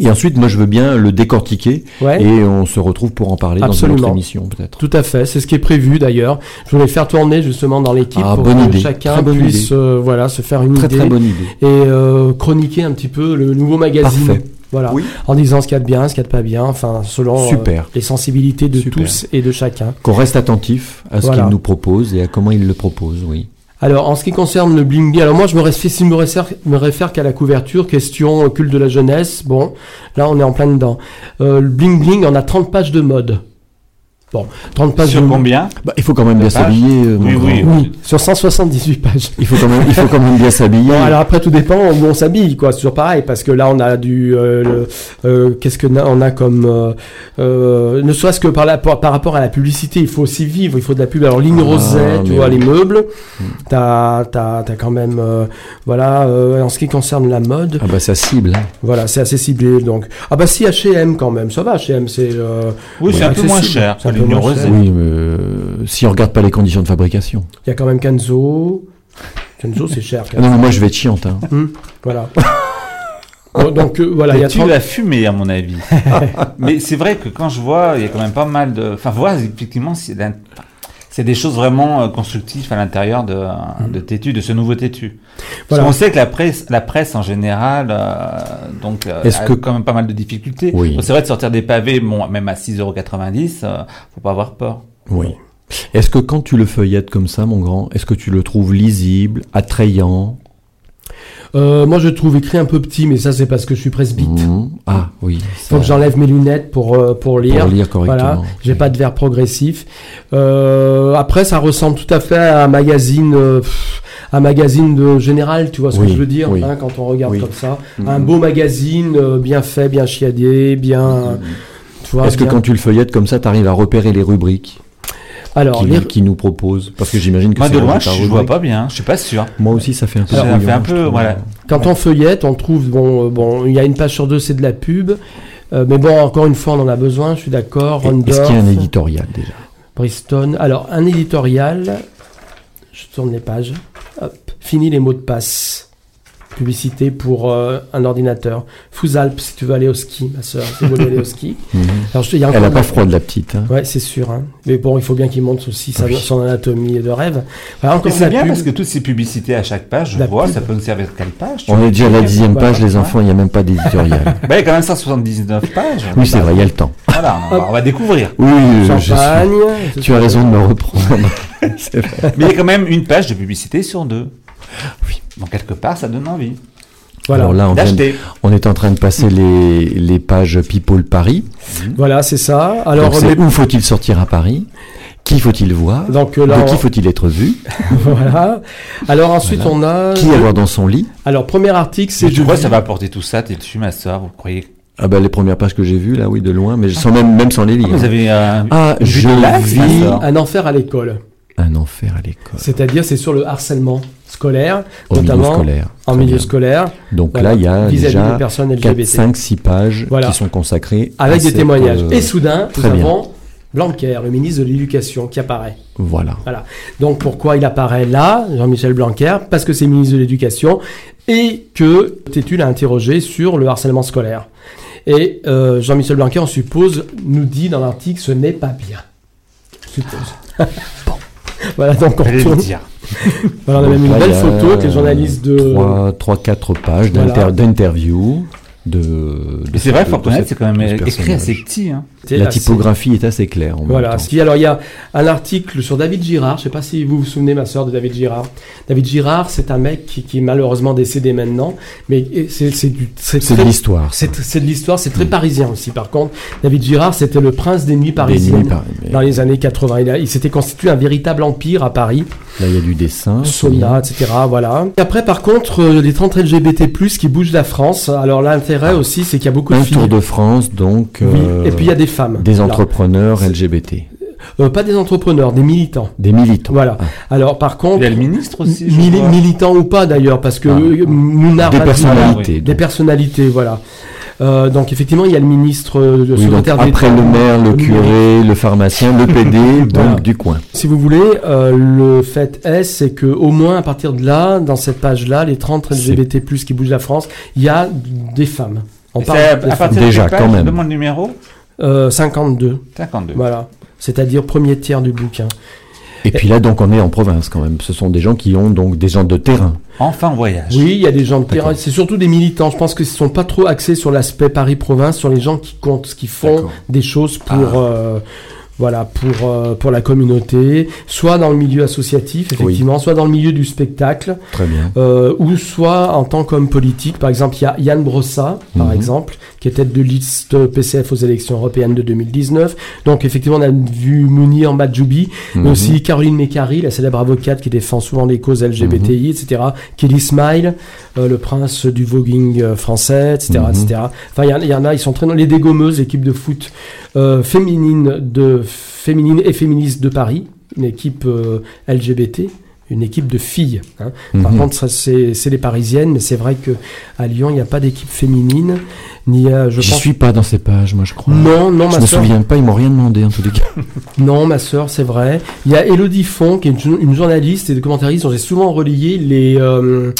[SPEAKER 2] Et ensuite, moi je veux bien le décortiquer
[SPEAKER 3] Ouais.
[SPEAKER 2] et on se retrouve pour en parler dans une
[SPEAKER 3] Absolument.
[SPEAKER 2] autre émission peut-être.
[SPEAKER 3] Tout à fait, c'est ce qui est prévu d'ailleurs. Je voulais faire tourner justement dans l'équipe
[SPEAKER 2] Ah,
[SPEAKER 3] pour
[SPEAKER 2] bonne
[SPEAKER 3] que
[SPEAKER 2] idée.
[SPEAKER 3] chacun
[SPEAKER 2] Très bonne
[SPEAKER 3] puisse
[SPEAKER 2] idée.
[SPEAKER 3] euh, voilà se faire une
[SPEAKER 2] Très
[SPEAKER 3] idée
[SPEAKER 2] très bonne idée.
[SPEAKER 3] et euh, chroniquer un petit peu le nouveau magazine.
[SPEAKER 2] Parfait.
[SPEAKER 3] Voilà,
[SPEAKER 5] Oui.
[SPEAKER 3] en disant ce qu'il y a de bien, ce qu'il y a de pas bien, enfin selon euh,
[SPEAKER 2] Super.
[SPEAKER 3] les sensibilités de
[SPEAKER 2] Super.
[SPEAKER 3] tous et de chacun.
[SPEAKER 2] Qu'on reste attentif à ce
[SPEAKER 3] Voilà.
[SPEAKER 2] qu'il nous propose et à comment il le propose, oui.
[SPEAKER 3] Alors, en ce qui concerne le bling alors moi, je me réfère, si je me réfère, me réfère qu'à la couverture, question euh, culte de la jeunesse, bon, là, on est en plein dedans. Euh, le bling bling, on a 30 pages de mode. Bon, 30 pages.
[SPEAKER 6] Sur
[SPEAKER 3] de-
[SPEAKER 6] combien
[SPEAKER 2] Bah, il faut quand même bien
[SPEAKER 6] Des pages
[SPEAKER 2] s'habiller. euh,
[SPEAKER 6] Oui,
[SPEAKER 2] mon
[SPEAKER 6] oui.
[SPEAKER 2] grand.
[SPEAKER 3] Oui, sur 178 pages.
[SPEAKER 2] Il faut quand même, il faut quand même bien s'habiller.
[SPEAKER 3] Bon, alors après, tout dépend où on s'habille, quoi. C'est toujours pareil, parce que là, on a du. euh, le- euh, Qu'est-ce que na- on a comme. euh, euh, ne soit ce que par, la, par, par rapport à la publicité, il faut aussi vivre, il faut de la pub. Alors, ligne
[SPEAKER 2] Ah,
[SPEAKER 3] rosée, tu
[SPEAKER 2] mais
[SPEAKER 3] vois,
[SPEAKER 2] oui. Mm.
[SPEAKER 3] les meubles. T'as t'as- t'as quand même. euh, voilà, euh, en ce qui concerne la mode,
[SPEAKER 2] Ah bah ça cible. hein.
[SPEAKER 3] voilà, c'est assez ciblé. Donc. Ah bah si, HM quand même, ça va, HM, c'est. euh,
[SPEAKER 6] Oui, c'est un peu
[SPEAKER 3] accessible.
[SPEAKER 6] moins cher.
[SPEAKER 3] C'est un
[SPEAKER 6] que
[SPEAKER 3] peu moins
[SPEAKER 6] l'ignorose.
[SPEAKER 3] cher.
[SPEAKER 2] Oui, mais euh, si on regarde pas les conditions de fabrication.
[SPEAKER 3] Il y a quand même Kenzo. Kenzo, c'est cher.
[SPEAKER 2] Ah non, mais moi je vais être chiante. Hein.
[SPEAKER 3] Voilà. <laughs> Bon, donc, euh, voilà, il y
[SPEAKER 6] Mais
[SPEAKER 3] a
[SPEAKER 6] tu
[SPEAKER 3] 30
[SPEAKER 6] l'as fumé, à mon avis. Mais c'est vrai que quand je vois, il y a quand même pas mal de. Enfin, voilà, effectivement, c'est d'un- c'est des choses vraiment euh, constructives à l'intérieur de, de Tétu, de ce nouveau Tétu.
[SPEAKER 3] Voilà.
[SPEAKER 6] Parce qu'on sait que la presse, la presse en général, euh, donc, euh,
[SPEAKER 2] Est-ce
[SPEAKER 6] a
[SPEAKER 2] que-
[SPEAKER 6] quand même pas mal de difficultés.
[SPEAKER 2] Oui.
[SPEAKER 6] Donc, C'est vrai de sortir des pavés, bon, même à 6,90€, euh, faut pas avoir peur.
[SPEAKER 2] Oui. Est-ce que quand tu le feuillettes comme ça, mon grand, est-ce que tu le trouves lisible, attrayant
[SPEAKER 3] Euh, moi, je le trouve écrit un peu petit, mais ça, c'est parce que je suis presbyte.
[SPEAKER 6] Hmm.
[SPEAKER 2] Mhm. Ah oui.
[SPEAKER 3] Faut que
[SPEAKER 2] ça-
[SPEAKER 3] j'enlève mes lunettes pour, euh, pour lire.
[SPEAKER 2] Pour lire correctement.
[SPEAKER 3] Voilà, j'ai pas de verre progressif. Euh, après, ça ressemble tout à fait à un magazine, euh, pff, un magazine de général, tu vois ce
[SPEAKER 2] Oui,
[SPEAKER 3] que je veux dire,
[SPEAKER 2] oui.
[SPEAKER 3] hein, quand on regarde
[SPEAKER 2] Oui. Mmh.
[SPEAKER 3] comme ça. Un beau magazine, euh, bien fait, bien chiadé, bien. tu vois,
[SPEAKER 2] Mmh. Est-ce que
[SPEAKER 3] bien-
[SPEAKER 2] quand tu le feuillettes comme ça, tu arrives à repérer les rubriques
[SPEAKER 3] Alors,
[SPEAKER 2] qui,
[SPEAKER 3] les-
[SPEAKER 2] qui nous proposent Parce que j'imagine que
[SPEAKER 6] Moi,
[SPEAKER 2] c'est
[SPEAKER 6] de loin,
[SPEAKER 2] vraiment
[SPEAKER 6] je,
[SPEAKER 2] par
[SPEAKER 6] je vois
[SPEAKER 2] rubrique.
[SPEAKER 6] pas bien, je suis pas sûr.
[SPEAKER 2] Moi aussi, ça fait un peu.
[SPEAKER 6] Ça fait
[SPEAKER 2] brouillon,
[SPEAKER 6] un
[SPEAKER 2] je
[SPEAKER 6] peu,
[SPEAKER 2] trouve.
[SPEAKER 6] voilà.
[SPEAKER 3] Quand on feuillette, on trouve, bon, euh, bon, il y a une page sur deux, c'est de la pub. Euh, mais bon, encore une fois, on en a besoin, je suis d'accord.
[SPEAKER 2] Et- Est-ce qu'il y a un
[SPEAKER 3] Rondorf,
[SPEAKER 2] éditorial déjà
[SPEAKER 3] Briston. Alors, un éditorial. Je tourne les pages. Hop. Fini les mots de passe. Publicité pour euh, un ordinateur. Fousalp, si tu veux aller au ski, ma soeur. Si tu veux aller
[SPEAKER 2] <laughs>
[SPEAKER 3] au ski. Alors, je- il y a
[SPEAKER 2] Mhm. Elle
[SPEAKER 3] encore
[SPEAKER 2] a pas
[SPEAKER 3] un-
[SPEAKER 2] froid de la petite. hein.
[SPEAKER 3] Ouais, c'est sûr. hein. Mais bon, il faut bien qu'il montre aussi sa, son anatomie de rêve. Voilà,
[SPEAKER 6] Et
[SPEAKER 3] encore de
[SPEAKER 6] c'est
[SPEAKER 3] la
[SPEAKER 6] bien
[SPEAKER 3] pub.
[SPEAKER 6] parce que toutes ces publicités à chaque page, je
[SPEAKER 3] La
[SPEAKER 6] vois,
[SPEAKER 3] pub.
[SPEAKER 6] ça peut nous servir de quelle page tu
[SPEAKER 2] On est déjà à la dixième
[SPEAKER 3] Voilà.
[SPEAKER 2] page, les enfants, il n'y a même pas
[SPEAKER 6] <laughs>
[SPEAKER 2] d'éditorial.
[SPEAKER 6] Bah, il y a quand même 179 pages.
[SPEAKER 2] Oui, c'est vrai, il y a le temps.
[SPEAKER 6] Voilà, on va, on va découvrir.
[SPEAKER 2] Oui, je suis-
[SPEAKER 3] Champagne.
[SPEAKER 2] Tu as raison de me reprendre. C'est vrai.
[SPEAKER 6] Mais il y a quand même une page de publicité sur deux. Oui. Donc quelque part, ça donne envie
[SPEAKER 3] Voilà.
[SPEAKER 2] Alors là, on, vient de-
[SPEAKER 6] d'acheter.
[SPEAKER 2] on est en train de passer les, les pages People Paris.
[SPEAKER 3] Voilà, c'est ça. Alors,
[SPEAKER 2] Donc, c'est <laughs>
[SPEAKER 3] mais-
[SPEAKER 2] où faut-il sortir à Paris Qui faut-il voir
[SPEAKER 3] Donc, euh, là,
[SPEAKER 2] De qui
[SPEAKER 3] on- Euh,
[SPEAKER 2] faut-il être vu
[SPEAKER 3] voilà. Alors ensuite, on a.
[SPEAKER 2] Qui avoir dans son lit
[SPEAKER 3] Alors, premier article, c'est.
[SPEAKER 6] Mais tu crois que ça va apporter tout ça T'es dessus, ma soeur, vous croyez
[SPEAKER 2] Ah ben, les premières pages que j'ai vues, là, oui, de loin, mais
[SPEAKER 3] Ah.
[SPEAKER 2] sans même, même sans les lire.
[SPEAKER 6] Vous avez euh,
[SPEAKER 2] Ah,
[SPEAKER 6] une vue
[SPEAKER 2] je
[SPEAKER 6] de l'axe, ma
[SPEAKER 2] vis-
[SPEAKER 6] sœur
[SPEAKER 3] Un enfer à l'école.
[SPEAKER 2] Un enfer à l'école.
[SPEAKER 3] C'est-à-dire, c'est sur le harcèlement scolaire,
[SPEAKER 2] Au milieu
[SPEAKER 3] notamment
[SPEAKER 2] scolaire.
[SPEAKER 3] en
[SPEAKER 2] Très
[SPEAKER 3] milieu
[SPEAKER 2] bien.
[SPEAKER 3] scolaire,
[SPEAKER 2] Donc
[SPEAKER 3] Voilà.
[SPEAKER 2] là, il y a
[SPEAKER 3] Vis-à-vis
[SPEAKER 2] déjà
[SPEAKER 3] des personnes
[SPEAKER 2] 4,
[SPEAKER 3] LGBT.
[SPEAKER 2] 5, 6 pages
[SPEAKER 3] Voilà.
[SPEAKER 2] qui sont consacrées à
[SPEAKER 3] avec des
[SPEAKER 2] cette,
[SPEAKER 3] témoignages.
[SPEAKER 2] euh,
[SPEAKER 3] Et soudain, nous
[SPEAKER 2] très bien.
[SPEAKER 3] avons Blanquer, le ministre de l'Éducation, qui apparaît.
[SPEAKER 2] Voilà.
[SPEAKER 3] Voilà. Donc pourquoi il apparaît là, Jean-Michel Blanquer Parce que c'est ministre de l'Éducation et que Tétu l'a interrogé sur le harcèlement scolaire. Et euh, Jean-Michel Blanquer, on suppose, nous dit dans l'article, ce n'est pas bien. Je Suppose. <laughs> bon. Voilà, donc on
[SPEAKER 6] Allez le
[SPEAKER 3] tourne.
[SPEAKER 6] dire.
[SPEAKER 3] Voilà, on a
[SPEAKER 2] Donc
[SPEAKER 3] même une
[SPEAKER 2] là,
[SPEAKER 3] belle
[SPEAKER 2] il y a,
[SPEAKER 3] photo que les journalistes de...
[SPEAKER 2] trois- trois, quatre pages
[SPEAKER 3] Voilà.
[SPEAKER 2] d'inter- d'interview. De, de
[SPEAKER 6] Mais c'est vrai,
[SPEAKER 2] de- de
[SPEAKER 6] faut reconnaître,
[SPEAKER 2] cette-
[SPEAKER 6] c'est quand même
[SPEAKER 2] de ce
[SPEAKER 6] écrit
[SPEAKER 2] personnage.
[SPEAKER 6] assez petit. Hein.
[SPEAKER 3] C'était
[SPEAKER 2] La
[SPEAKER 3] assez-
[SPEAKER 2] typographie est assez claire. En
[SPEAKER 3] Voilà.
[SPEAKER 2] même
[SPEAKER 3] Ce
[SPEAKER 2] temps.
[SPEAKER 3] qui- alors, il y a un article sur David Girard. Je sais pas si vous vous souvenez, ma sœur, de David Girard. David Girard, c'est un mec qui, qui est malheureusement décédé maintenant, mais c'est c'est du
[SPEAKER 2] C'est de
[SPEAKER 3] très-
[SPEAKER 2] l'histoire. Mm.
[SPEAKER 3] C'est c'est de l'histoire. C'est très parisien aussi. Par contre, David Girard, c'était le prince des nuits parisiennes.
[SPEAKER 2] nuits par- mais-
[SPEAKER 3] Dans les années 80, il, a- il s'était constitué un véritable empire à Paris,
[SPEAKER 2] Là, il y a du dessin.
[SPEAKER 3] sauna, etc. Voilà. Et après, par contre, euh, les 30 LGBT+, qui bougent la France. Alors l'intérêt aussi, c'est qu'il y a beaucoup
[SPEAKER 2] Un
[SPEAKER 3] de filles.
[SPEAKER 2] tour de France, donc.
[SPEAKER 3] Oui,
[SPEAKER 2] euh,
[SPEAKER 3] Et puis il y a des femmes.
[SPEAKER 2] des
[SPEAKER 3] Là.
[SPEAKER 2] entrepreneurs LGBT,
[SPEAKER 3] Euh, pas des entrepreneurs, des militants.
[SPEAKER 2] des militants. Ah.
[SPEAKER 3] Voilà. Alors par
[SPEAKER 2] Oh.
[SPEAKER 3] contre,
[SPEAKER 6] Il y a le ministre aussi. je
[SPEAKER 3] Mili-
[SPEAKER 6] crois.
[SPEAKER 3] militants ou pas d'ailleurs, parce que
[SPEAKER 2] Ah.
[SPEAKER 3] euh, Mounard
[SPEAKER 2] Des
[SPEAKER 3] l'a dit.
[SPEAKER 2] personnalités.
[SPEAKER 3] Des
[SPEAKER 2] donc.
[SPEAKER 3] personnalités, voilà. Euh, donc effectivement, il y a le ministre, euh, le
[SPEAKER 2] Oui, donc,
[SPEAKER 3] secrétaire
[SPEAKER 2] après
[SPEAKER 3] d'État,
[SPEAKER 2] le maire, le curé, le pharmacien, le
[SPEAKER 3] <laughs>
[SPEAKER 2] PD, donc
[SPEAKER 3] Voilà.
[SPEAKER 2] du coin.
[SPEAKER 3] Si vous voulez, euh, le fait est, c'est que au moins à partir de là, dans cette page-là, les 30 LGBT+ qui bougent la France, il y a des femmes. On
[SPEAKER 6] Et c'est à,
[SPEAKER 3] parle des
[SPEAKER 6] à
[SPEAKER 3] femmes.
[SPEAKER 6] partir de
[SPEAKER 2] Déjà,
[SPEAKER 6] quelle page,
[SPEAKER 2] quand même.
[SPEAKER 6] je demande le numéro
[SPEAKER 3] Euh, 52,
[SPEAKER 6] 52.
[SPEAKER 3] voilà. C'est-à-dire premier tiers du bouquin.
[SPEAKER 2] Et puis là, donc, on est en province quand même. Ce sont des gens qui ont donc des gens de terrain.
[SPEAKER 6] Enfin, on voyage.
[SPEAKER 3] Oui, il y a des gens de terrain.
[SPEAKER 2] D'accord.
[SPEAKER 3] C'est surtout des militants. Je pense qu'ils ne sont pas trop axés sur l'aspect Paris-Province, sur les gens qui comptent, qui font
[SPEAKER 2] D'accord. Ah.
[SPEAKER 3] des choses pour. euh, voilà, pour, euh, pour la communauté, soit dans le milieu associatif, effectivement, soit dans le milieu du spectacle,
[SPEAKER 2] Très bien.
[SPEAKER 3] euh, ou soit en tant qu'homme politique. Par exemple, il y a Yann Brossa, par
[SPEAKER 2] Mhm.
[SPEAKER 3] exemple, qui est tête de liste PCF aux élections européennes de 2019. Donc, effectivement, on a vu Mounir Madjoubi, mais
[SPEAKER 2] Mhm.
[SPEAKER 3] aussi Caroline Mécari, la célèbre avocate qui défend souvent les causes
[SPEAKER 2] Mhm.
[SPEAKER 3] LGBTI, etc. Kelly Smile, euh, le prince du voguing euh, français, etc.
[SPEAKER 2] Mhm.
[SPEAKER 3] etc. Enfin, il y en- il y, en a, ils sont très nombreux. Les dégommeuses, l'équipe de foot euh, féminine, de, féminine et féministe de Paris, une équipe euh, LGBT. Une équipe de filles. hein. Par
[SPEAKER 2] Mhm.
[SPEAKER 3] contre, ça, c'est c'est les parisiennes, mais c'est vrai que à Lyon, il n'y a pas d'équipe féminine. Ni, euh, je
[SPEAKER 2] J'y
[SPEAKER 3] pense...
[SPEAKER 2] suis pas dans ces pages, moi, je crois.
[SPEAKER 3] Non, non,
[SPEAKER 2] je
[SPEAKER 3] ma
[SPEAKER 2] me
[SPEAKER 3] sœur,
[SPEAKER 2] souviens pas, ils m'ont rien demandé en tous les cas.
[SPEAKER 3] non, ma sœur, c'est vrai. Il y a Elodie Font, qui est une, jour- une journaliste et commentariste dont j'ai souvent relié les euh,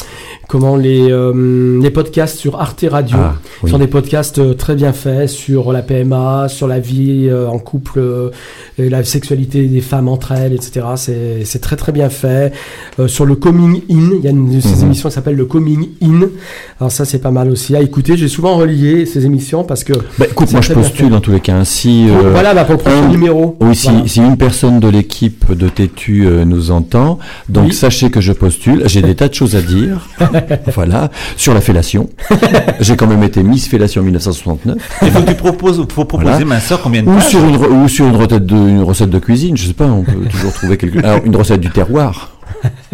[SPEAKER 3] comment les euh, les podcasts sur Arte Radio.
[SPEAKER 2] Ah,
[SPEAKER 3] Ce
[SPEAKER 2] oui.
[SPEAKER 3] sont des podcasts euh, très bien faits sur la PMA, sur la vie euh, en couple, euh, et la sexualité des femmes entre elles, etc. C'est c'est très très bien fait. Euh, sur le coming in, il y a une de ces
[SPEAKER 2] Mhm.
[SPEAKER 3] émissions qui s'appelle le coming in. Alors ça c'est pas mal aussi à écouter. J'ai souvent relié ces émissions parce que
[SPEAKER 2] Bah, écoute, moi, je
[SPEAKER 3] C'est très bien
[SPEAKER 2] postule en tous les cas. hein. Si, euh,
[SPEAKER 3] voilà bah, pour le prochain
[SPEAKER 2] un-
[SPEAKER 3] numéro.
[SPEAKER 2] Oui, si,
[SPEAKER 3] Voilà.
[SPEAKER 2] si une personne de l'équipe de Tétu euh, nous entend, donc
[SPEAKER 3] Oui.
[SPEAKER 2] sachez que je postule. J'ai des tas de choses à
[SPEAKER 3] <laughs>
[SPEAKER 2] dire. voilà. Sur la fellation. J'ai quand même été Miss Fellation en 1969.
[SPEAKER 5] Il faut que tu proposes, faut proposer,
[SPEAKER 2] Voilà.
[SPEAKER 5] ma soeur,
[SPEAKER 3] Ah,
[SPEAKER 5] combien de
[SPEAKER 2] Ou
[SPEAKER 5] pages
[SPEAKER 2] sur, une, re- ou sur une, recette de, une recette de cuisine. Je sais pas, on peut toujours trouver
[SPEAKER 3] <laughs>
[SPEAKER 2] quelque Alors, une recette du terroir.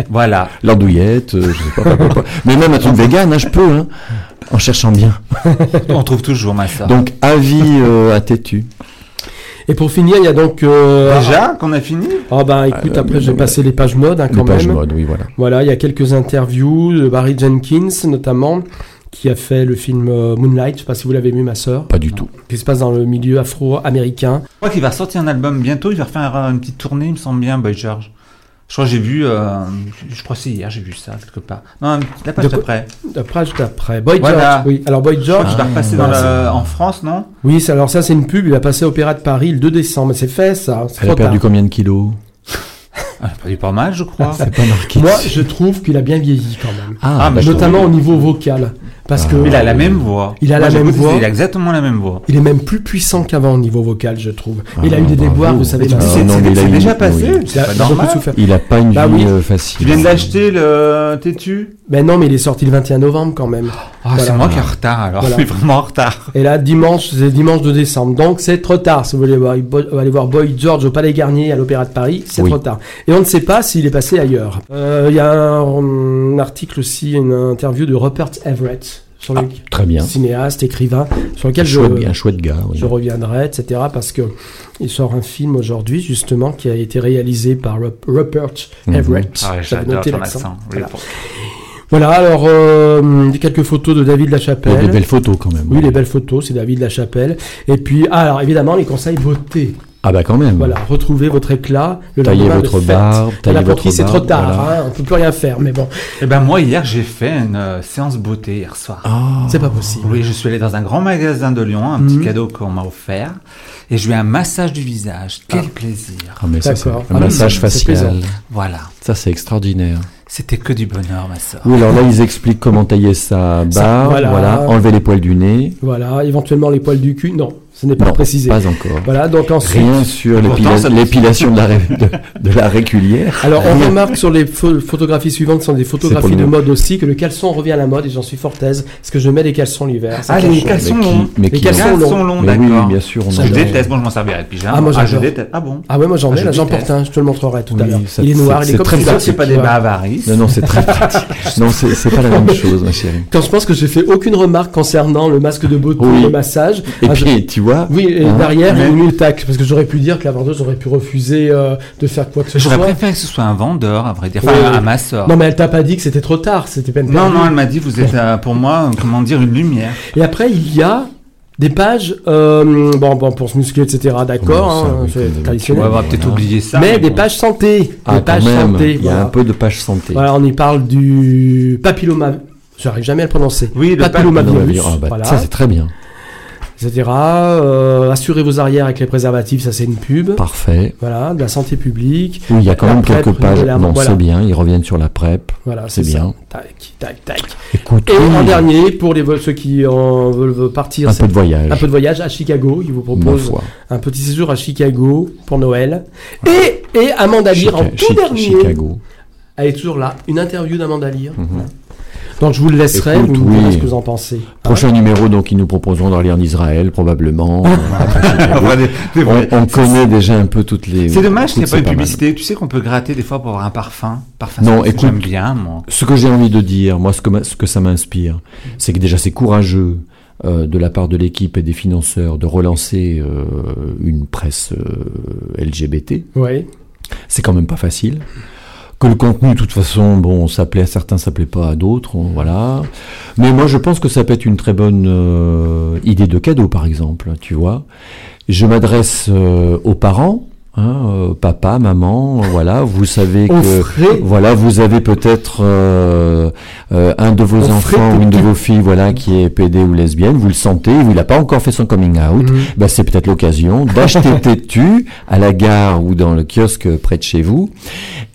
[SPEAKER 6] Voilà.
[SPEAKER 2] L'andouillette, euh, je sais pas, pas, pas, pas. Mais même un truc vegan, hein, je peux, hein, en cherchant bien.
[SPEAKER 6] On trouve toujours ma sœur.
[SPEAKER 2] Donc, avis euh, à Tétu.
[SPEAKER 3] Et pour finir, il y a donc euh,
[SPEAKER 5] Déjà, qu'on a fini
[SPEAKER 3] Ah ben écoute,
[SPEAKER 2] Euh,
[SPEAKER 3] après
[SPEAKER 2] mais-
[SPEAKER 3] j'ai
[SPEAKER 2] mais-
[SPEAKER 3] passé les pages mode hein,
[SPEAKER 2] Les
[SPEAKER 3] quand
[SPEAKER 2] pages
[SPEAKER 3] même.
[SPEAKER 2] mode, oui, voilà.
[SPEAKER 3] Voilà, il y a quelques interviews de Barry Jenkins notamment, qui a fait le film euh, Moonlight, je sais pas si vous l'avez vu ma sœur,
[SPEAKER 2] Pas du tout.
[SPEAKER 3] qui se passe dans le milieu afro-américain.
[SPEAKER 6] Je crois qu'il va sortir un album bientôt, il va refaire un- une petite tournée, il me semble bien, Boy George. Je crois que j'ai vu, euh, je crois que c'est hier, j'ai vu ça quelque part. Non, la page
[SPEAKER 3] De quoi- Ah,
[SPEAKER 6] d'après.
[SPEAKER 3] Après, juste après. Boy
[SPEAKER 6] Voilà.
[SPEAKER 3] George, oui. Alors
[SPEAKER 2] Ah.
[SPEAKER 3] Boy
[SPEAKER 6] Je crois
[SPEAKER 3] George,
[SPEAKER 6] qu'il va repasser dans la- en France, non
[SPEAKER 3] oui, c'est- alors ça c'est une pub, il a passé à Opéra de Paris le 2 décembre, mais c'est fait ça, c'est
[SPEAKER 2] Elle a
[SPEAKER 3] trop tard.
[SPEAKER 2] perdu combien de kilos
[SPEAKER 6] Ah, Il a perdu pas mal,
[SPEAKER 3] <laughs>
[SPEAKER 6] je crois.
[SPEAKER 2] C'est pas marqué.
[SPEAKER 3] Moi, je trouve qu'il a bien vieilli quand même.
[SPEAKER 2] Ah,
[SPEAKER 6] Ah, mais je
[SPEAKER 3] notamment au niveau vocal, parce que
[SPEAKER 6] Il a la même voix.
[SPEAKER 3] Il a la
[SPEAKER 6] j'ai
[SPEAKER 3] même
[SPEAKER 6] écouté,
[SPEAKER 3] voix.
[SPEAKER 6] Il a exactement la même voix.
[SPEAKER 3] il est même plus puissant qu'avant au niveau vocal, je trouve. il a
[SPEAKER 2] Ah,
[SPEAKER 3] eu des
[SPEAKER 2] bravo.
[SPEAKER 3] déboires, vous savez.
[SPEAKER 2] Ah,
[SPEAKER 3] ma
[SPEAKER 2] non, mais il a
[SPEAKER 5] c'est
[SPEAKER 2] eu-
[SPEAKER 5] déjà
[SPEAKER 2] oui.
[SPEAKER 5] passé
[SPEAKER 3] Il
[SPEAKER 5] C'est
[SPEAKER 3] a-
[SPEAKER 5] pas
[SPEAKER 3] il a beaucoup
[SPEAKER 5] normal.
[SPEAKER 3] souffert.
[SPEAKER 2] Il a pas une
[SPEAKER 3] Bah
[SPEAKER 2] vie
[SPEAKER 3] oui.
[SPEAKER 2] euh, facile.
[SPEAKER 6] Tu viens de l'acheter, le Tétu
[SPEAKER 3] Ben non, mais il est sorti le 21 novembre quand même.
[SPEAKER 6] Ah, c'est
[SPEAKER 3] Voilà.
[SPEAKER 6] moi qui est en retard alors,
[SPEAKER 3] Voilà.
[SPEAKER 6] <laughs> je suis vraiment en retard.
[SPEAKER 3] Et là, dimanche, c'est dimanche de décembre. Donc, c'est trop tard. Si vous voulez voir, bo- aller voir Boy George au Palais Garnier à l'Opéra de Paris, c'est
[SPEAKER 2] Oui.
[SPEAKER 3] trop tard. Et on ne sait pas s'il est passé ailleurs. Euh, Il y a un, un article aussi, une interview de Rupert Everett, sur le
[SPEAKER 2] Très bien.
[SPEAKER 3] cinéaste, écrivain, sur lequel
[SPEAKER 2] Un
[SPEAKER 3] je,
[SPEAKER 2] chouette, un chouette gars. oui.
[SPEAKER 3] euh, je reviendrai, etc. Parce que il sort un film aujourd'hui, justement, qui a été réalisé par Rup- Rupert
[SPEAKER 2] Mhm.
[SPEAKER 3] Everett.
[SPEAKER 6] Ah,
[SPEAKER 3] J'avais
[SPEAKER 6] J'adore
[SPEAKER 3] noté
[SPEAKER 6] ton
[SPEAKER 3] l'accent.
[SPEAKER 6] accent.
[SPEAKER 3] Voilà. Voilà, alors, euh, quelques photos de
[SPEAKER 2] Il
[SPEAKER 3] David
[SPEAKER 2] y a
[SPEAKER 3] Lachapelle.
[SPEAKER 2] des belles photos quand même.
[SPEAKER 3] Oui, les belles photos, c'est David Lachapelle. Et puis, ah, alors évidemment, les conseils beauté.
[SPEAKER 2] Ah bah quand même.
[SPEAKER 3] Voilà, retrouvez votre éclat, le
[SPEAKER 2] Taillez
[SPEAKER 3] lendemain de
[SPEAKER 2] votre
[SPEAKER 3] fête.
[SPEAKER 2] barbe,
[SPEAKER 3] Et
[SPEAKER 2] taillez
[SPEAKER 3] là, pour
[SPEAKER 2] votre
[SPEAKER 3] qui c'est trop
[SPEAKER 2] barbe,
[SPEAKER 3] tard,
[SPEAKER 2] voilà.
[SPEAKER 3] hein, on peut plus rien faire, mais bon,
[SPEAKER 6] Et ben moi, hier, j'ai fait une euh, séance beauté hier soir.
[SPEAKER 2] Ah,
[SPEAKER 3] c'est pas possible.
[SPEAKER 6] Oui, je suis allé dans un grand magasin de Lyon, un petit cadeau qu'on m'a offert, et je lui ai un massage du visage. Quel plaisir.
[SPEAKER 2] ah, mais ça, c'est
[SPEAKER 3] D'accord.
[SPEAKER 2] un
[SPEAKER 3] Ah,
[SPEAKER 2] massage
[SPEAKER 3] mais c'est- c'est
[SPEAKER 2] facial.
[SPEAKER 3] plaisant.
[SPEAKER 6] Voilà.
[SPEAKER 2] Ça c'est extraordinaire.
[SPEAKER 6] C'était que du bonheur, ma soeur.
[SPEAKER 2] Oui, alors là ils expliquent comment tailler sa barbe,
[SPEAKER 3] Ah. Ça,
[SPEAKER 2] voilà.
[SPEAKER 3] voilà.
[SPEAKER 2] enlever les poils du nez.
[SPEAKER 3] Voilà, éventuellement les poils du cul, non, ce n'est pas
[SPEAKER 2] non,
[SPEAKER 3] précisé.
[SPEAKER 2] pas encore.
[SPEAKER 3] Voilà, donc ensuite.
[SPEAKER 2] Rien sur
[SPEAKER 6] Pourtant,
[SPEAKER 2] l'épila-
[SPEAKER 6] ça-
[SPEAKER 2] l'épilation de, la ré- de- de la réculière.
[SPEAKER 3] Alors, on remarque sur les pho- photographies suivantes, qui sont des photographies de
[SPEAKER 2] mieux.
[SPEAKER 3] mode aussi, que le caleçon revient à la mode, et j'en suis fort aise, parce que je mets des caleçons l'hiver. ça
[SPEAKER 6] Ah,
[SPEAKER 3] change.
[SPEAKER 6] les caleçons
[SPEAKER 2] Mais qui-
[SPEAKER 6] longs.
[SPEAKER 2] mais
[SPEAKER 6] les
[SPEAKER 2] qui-
[SPEAKER 6] caleçons
[SPEAKER 3] longs.
[SPEAKER 6] longs,
[SPEAKER 2] Mais oui,
[SPEAKER 6] d'accord.
[SPEAKER 2] bien sûr, on
[SPEAKER 3] Ça,
[SPEAKER 2] en
[SPEAKER 6] Je
[SPEAKER 3] j'adore.
[SPEAKER 2] a-
[SPEAKER 6] déteste, moi je m'en servirais de pyjama.
[SPEAKER 3] Ah, moi,
[SPEAKER 6] je
[SPEAKER 3] j'adore.
[SPEAKER 6] déteste. Ah bon
[SPEAKER 3] Ah ouais, moi j'en
[SPEAKER 6] Ah,
[SPEAKER 3] ai,
[SPEAKER 6] je
[SPEAKER 3] là, j'en
[SPEAKER 6] déteste.
[SPEAKER 3] porte un, je te le montrerai tout à
[SPEAKER 2] Oui,
[SPEAKER 3] l'heure.
[SPEAKER 2] ça-
[SPEAKER 3] Il est noir,
[SPEAKER 2] c'est-
[SPEAKER 3] il est
[SPEAKER 2] c'est
[SPEAKER 3] comme
[SPEAKER 2] très
[SPEAKER 3] celui-là,
[SPEAKER 6] C'est pas
[SPEAKER 3] tu
[SPEAKER 6] des
[SPEAKER 3] vois.
[SPEAKER 6] bavaries.
[SPEAKER 2] Non, non, c'est très
[SPEAKER 3] <laughs>
[SPEAKER 2] pratique. non, c'est c'est pas la même chose, ma chérie.
[SPEAKER 3] Quand je pense que j'ai fait aucune remarque concernant le masque de beauté
[SPEAKER 2] Oui.
[SPEAKER 3] et le massage.
[SPEAKER 2] Et
[SPEAKER 3] Ah, je-
[SPEAKER 2] puis, tu vois,
[SPEAKER 3] Oui, et
[SPEAKER 2] Hein
[SPEAKER 3] derrière, il y a
[SPEAKER 6] Ouais.
[SPEAKER 3] eu le tac, parce que j'aurais pu dire que la vendeuse aurait pu refuser euh, de faire quoi que ce soit.
[SPEAKER 6] J'aurais préféré que ce soit un vendeur, à vrai dire.
[SPEAKER 3] Oui.
[SPEAKER 6] Enfin, à ma soeur.
[SPEAKER 3] Non, mais elle t'a pas dit que c'était trop tard, c'était peine
[SPEAKER 6] Non,
[SPEAKER 3] perdue.
[SPEAKER 6] non, elle m'a dit, vous êtes euh, pour moi, comment dire, une lumière.
[SPEAKER 3] Et après, il y a des pages, euh, bon, bon, pour se muscler, etc., d'accord,
[SPEAKER 2] Comment ça,
[SPEAKER 3] hein,
[SPEAKER 2] oui, comme
[SPEAKER 3] c'est
[SPEAKER 2] d'habitude.
[SPEAKER 6] On
[SPEAKER 3] traditionnel.
[SPEAKER 6] va peut-être
[SPEAKER 2] Voilà.
[SPEAKER 6] oublié ça.
[SPEAKER 3] mais des
[SPEAKER 6] bon.
[SPEAKER 3] pages santé,
[SPEAKER 2] Ah,
[SPEAKER 3] des
[SPEAKER 2] quand
[SPEAKER 3] pages
[SPEAKER 2] même,
[SPEAKER 3] santé.
[SPEAKER 2] il y
[SPEAKER 3] voilà.
[SPEAKER 2] a un peu de page santé.
[SPEAKER 3] Voilà, on y parle du papilloma. J'arrive jamais à le prononcer.
[SPEAKER 6] Oui, le
[SPEAKER 3] papillomavirus.
[SPEAKER 2] Ah bah,
[SPEAKER 3] voilà.
[SPEAKER 2] Ça, c'est très bien.
[SPEAKER 3] etc. Euh, assurez vos arrières avec les préservatifs, ça c'est une pub.
[SPEAKER 2] Parfait.
[SPEAKER 3] Voilà, de la santé publique.
[SPEAKER 2] Oui, il y a quand
[SPEAKER 3] La
[SPEAKER 2] même
[SPEAKER 3] PrEP,
[SPEAKER 2] quelques pages.
[SPEAKER 3] la-
[SPEAKER 2] non,
[SPEAKER 3] voilà.
[SPEAKER 2] c'est bien, ils reviennent sur la PrEP.
[SPEAKER 3] Voilà,
[SPEAKER 2] C'est
[SPEAKER 3] ça.
[SPEAKER 2] bien.
[SPEAKER 3] Tac, tac, tac.
[SPEAKER 2] Écoute,
[SPEAKER 3] Et
[SPEAKER 2] oui,
[SPEAKER 3] en dernier, pour les, ceux qui en veulent veulent partir,
[SPEAKER 2] un
[SPEAKER 3] c'est
[SPEAKER 2] peu de voyage.
[SPEAKER 3] un peu de voyage à Chicago. Ils vous
[SPEAKER 2] ma
[SPEAKER 3] proposent
[SPEAKER 2] foi.
[SPEAKER 3] un petit séjour à Chicago pour Noël. Et, et Amanda Lear en
[SPEAKER 2] Chica-
[SPEAKER 3] tout
[SPEAKER 2] Chi-
[SPEAKER 3] dernier.
[SPEAKER 2] Chicago. Mhm.
[SPEAKER 3] Elle est toujours là. Une interview d'Amanda Lear. Donc je vous le laisserai,
[SPEAKER 2] Écoute,
[SPEAKER 3] vous me direz
[SPEAKER 2] oui.
[SPEAKER 3] ce que vous en pensez. Hein
[SPEAKER 2] Prochain numéro, donc, ils nous proposeront d'aller en Israël, probablement.
[SPEAKER 3] Ah,
[SPEAKER 2] Euh,
[SPEAKER 3] bah,
[SPEAKER 2] après
[SPEAKER 6] <laughs>
[SPEAKER 2] Chicago.
[SPEAKER 5] Voilà, des- des
[SPEAKER 2] on,
[SPEAKER 5] vrais-
[SPEAKER 2] on connaît déjà un peu toutes les.
[SPEAKER 5] C'est dommage qu'il n'y
[SPEAKER 2] toutes
[SPEAKER 5] ait pas
[SPEAKER 2] ces
[SPEAKER 5] une
[SPEAKER 2] mal.
[SPEAKER 5] publicité. Tu sais qu'on peut gratter des fois pour avoir un parfum. Parfum,
[SPEAKER 2] Non,
[SPEAKER 5] ça,
[SPEAKER 2] écoute.
[SPEAKER 5] j'aime bien, moi.
[SPEAKER 2] Ce que j'ai envie de dire, moi, ce que, ma- ce que ça m'inspire, c'est que déjà, c'est courageux euh, de la part de l'équipe et des financeurs de relancer euh, une presse euh, LGBT.
[SPEAKER 3] Oui.
[SPEAKER 2] C'est quand même pas facile. Que le contenu, de toute façon, bon, ça plaît à certains, ça plaît pas à d'autres, on- voilà. Mais moi, je pense que ça peut être une très bonne euh, idée de cadeau, par exemple, tu vois. Je m'adresse euh, aux parents, hein, euh, papa, maman, euh, voilà, vous savez que...
[SPEAKER 3] Offrez.
[SPEAKER 2] Voilà, vous avez peut-être euh, euh, un de vos
[SPEAKER 3] On
[SPEAKER 2] enfants
[SPEAKER 3] ferait
[SPEAKER 2] ou une de vos filles, voilà, qui est PD ou lesbienne, vous le sentez, il n'a pas encore fait son coming out,
[SPEAKER 3] Mm-hmm.
[SPEAKER 2] bah, c'est peut-être l'occasion
[SPEAKER 3] <laughs>
[SPEAKER 2] d'acheter Tétu à la gare ou dans le kiosque près de chez vous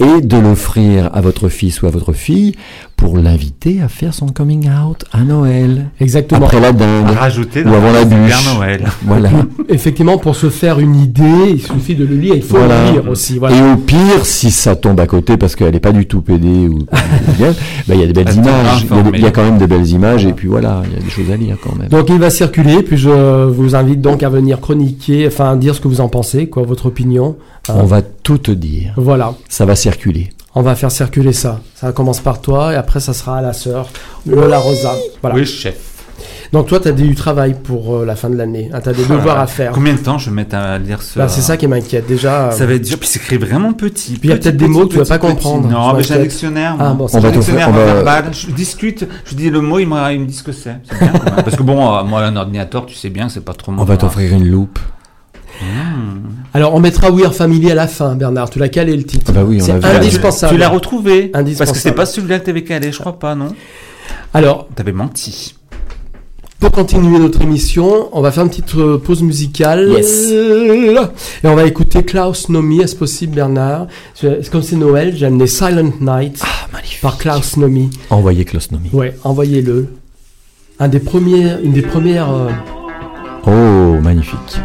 [SPEAKER 2] et de l'offrir à votre fils ou à votre fille pour l'inviter à faire son coming out à Noël.
[SPEAKER 3] Exactement.
[SPEAKER 2] Après la
[SPEAKER 3] <laughs>
[SPEAKER 2] dingue.
[SPEAKER 5] Rajouter
[SPEAKER 2] Ou avant la
[SPEAKER 5] Père
[SPEAKER 2] bûche. <laughs>
[SPEAKER 5] Noël.
[SPEAKER 2] Voilà.
[SPEAKER 3] Effectivement, pour se faire une idée, il suffit de le lire. Il faut
[SPEAKER 2] Voilà.
[SPEAKER 3] le lire aussi. Voilà.
[SPEAKER 2] Et au pire, si ça tombe à côté parce qu'elle n'est pas du tout PD ou
[SPEAKER 3] <laughs>
[SPEAKER 2] bien, ben, il y a des belles
[SPEAKER 5] Elle t'aura
[SPEAKER 2] images. Il y a des-
[SPEAKER 5] informé.
[SPEAKER 2] il y, a quand même des belles images et puis voilà, il y a des choses à lire quand même.
[SPEAKER 3] Donc il va circuler, puis je vous invite donc à venir chroniquer, enfin dire ce que vous en pensez, quoi, votre opinion. hein.
[SPEAKER 2] On va tout te dire.
[SPEAKER 3] Voilà,
[SPEAKER 2] Ça va circuler.
[SPEAKER 3] on va faire circuler ça. Ça commence par toi et après ça sera à la sœur Lola Rosa. Voilà.
[SPEAKER 6] Oui, chef.
[SPEAKER 3] Donc toi, tu as du travail pour euh, la fin de l'année, hein, tu as
[SPEAKER 6] Ah
[SPEAKER 3] des devoirs à faire.
[SPEAKER 6] Combien de temps je vais mettre à lire ce.
[SPEAKER 3] Là, c'est ça qui m'inquiète déjà. euh,
[SPEAKER 6] Ça va être dur, puis c'est écrit vraiment petit.
[SPEAKER 3] Puis il y a
[SPEAKER 6] petit,
[SPEAKER 3] peut-être des
[SPEAKER 6] petit,
[SPEAKER 3] mots que tu vas
[SPEAKER 6] petit,
[SPEAKER 3] pas
[SPEAKER 6] petit.
[SPEAKER 3] comprendre,
[SPEAKER 6] Non,
[SPEAKER 3] tu
[SPEAKER 6] mais
[SPEAKER 3] vois,
[SPEAKER 6] j'ai un
[SPEAKER 3] peut-être.
[SPEAKER 6] dictionnaire.
[SPEAKER 3] Ah,
[SPEAKER 6] moi.
[SPEAKER 3] bon, ça
[SPEAKER 2] On
[SPEAKER 6] J'ai
[SPEAKER 2] va
[SPEAKER 6] un
[SPEAKER 2] tout faire-
[SPEAKER 6] dictionnaire
[SPEAKER 2] on va-
[SPEAKER 6] verbal. Je discute, je dis le mot, il me, il me dit ce que c'est. C'est bien,
[SPEAKER 2] <laughs>
[SPEAKER 6] quand même. Parce que bon, euh, moi, un ordinateur, tu sais bien que c'est pas trop mon.
[SPEAKER 2] On
[SPEAKER 3] Ah.
[SPEAKER 2] va t'offrir une loupe.
[SPEAKER 3] Alors on mettra We Are Family à la fin, Bernard. Tu l'as calé le titre.
[SPEAKER 2] Ah bah oui, on
[SPEAKER 3] c'est
[SPEAKER 2] l'a vu.
[SPEAKER 3] indispensable.
[SPEAKER 6] Tu l'as retrouvé. Parce
[SPEAKER 3] Indispensable.
[SPEAKER 6] que c'est pas celui-là que t'avais calé, je crois pas, non
[SPEAKER 3] Alors
[SPEAKER 6] T'avais menti.
[SPEAKER 3] Pour continuer notre émission, on va faire une petite euh, pause musicale.
[SPEAKER 2] Yes.
[SPEAKER 3] Et on va écouter Klaus Nomi, est-ce possible Bernard Est-ce Comme c'est Noël, j'ai amené Silent Night par Klaus Nomi.
[SPEAKER 2] Envoyez Klosnomi.
[SPEAKER 3] Ouais, envoyez-le. Un des premiers, une des premières... euh,
[SPEAKER 2] Oh, magnifique.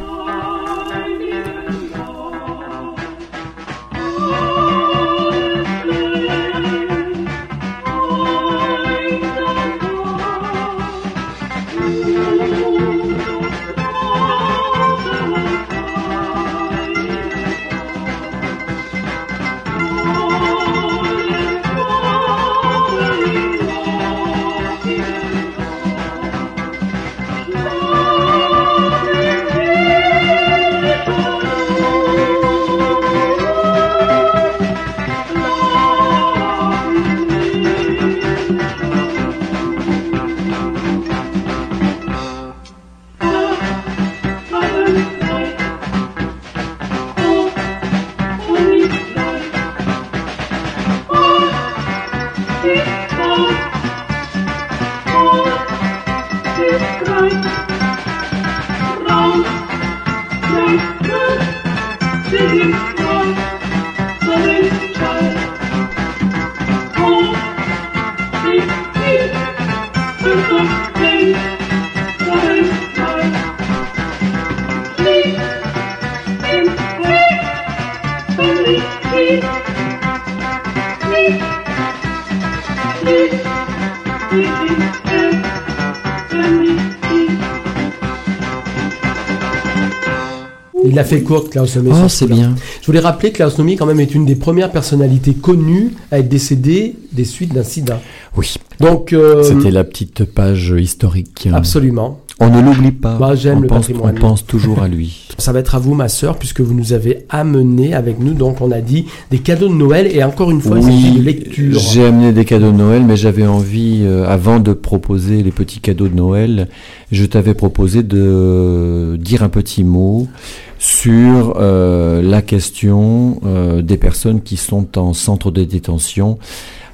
[SPEAKER 3] Il l'a fait courte, Klaus Nomi.
[SPEAKER 2] Oh,
[SPEAKER 3] sur
[SPEAKER 2] c'est
[SPEAKER 3] celui-là.
[SPEAKER 2] bien.
[SPEAKER 3] Je voulais rappeler que Klaus Nomi, quand même, est une des premières personnalités connues à être décédée des suites d'un sida.
[SPEAKER 2] Oui.
[SPEAKER 3] Donc... euh,
[SPEAKER 2] C'était la petite page historique.
[SPEAKER 3] Absolument.
[SPEAKER 2] On ne l'oublie pas.
[SPEAKER 3] Bah, j'aime
[SPEAKER 2] on,
[SPEAKER 3] le
[SPEAKER 2] pense, on
[SPEAKER 3] patrimoine.
[SPEAKER 2] pense toujours à lui.
[SPEAKER 3] Ça va être à vous, ma sœur, puisque vous nous avez amené avec nous, donc on a dit, des cadeaux de Noël, et encore une fois, il s'agit de lecture.
[SPEAKER 2] J'ai amené des cadeaux de Noël, mais j'avais envie, euh, avant de proposer les petits cadeaux de Noël, je t'avais proposé de dire un petit mot sur euh, la question euh, des personnes qui sont en centre de détention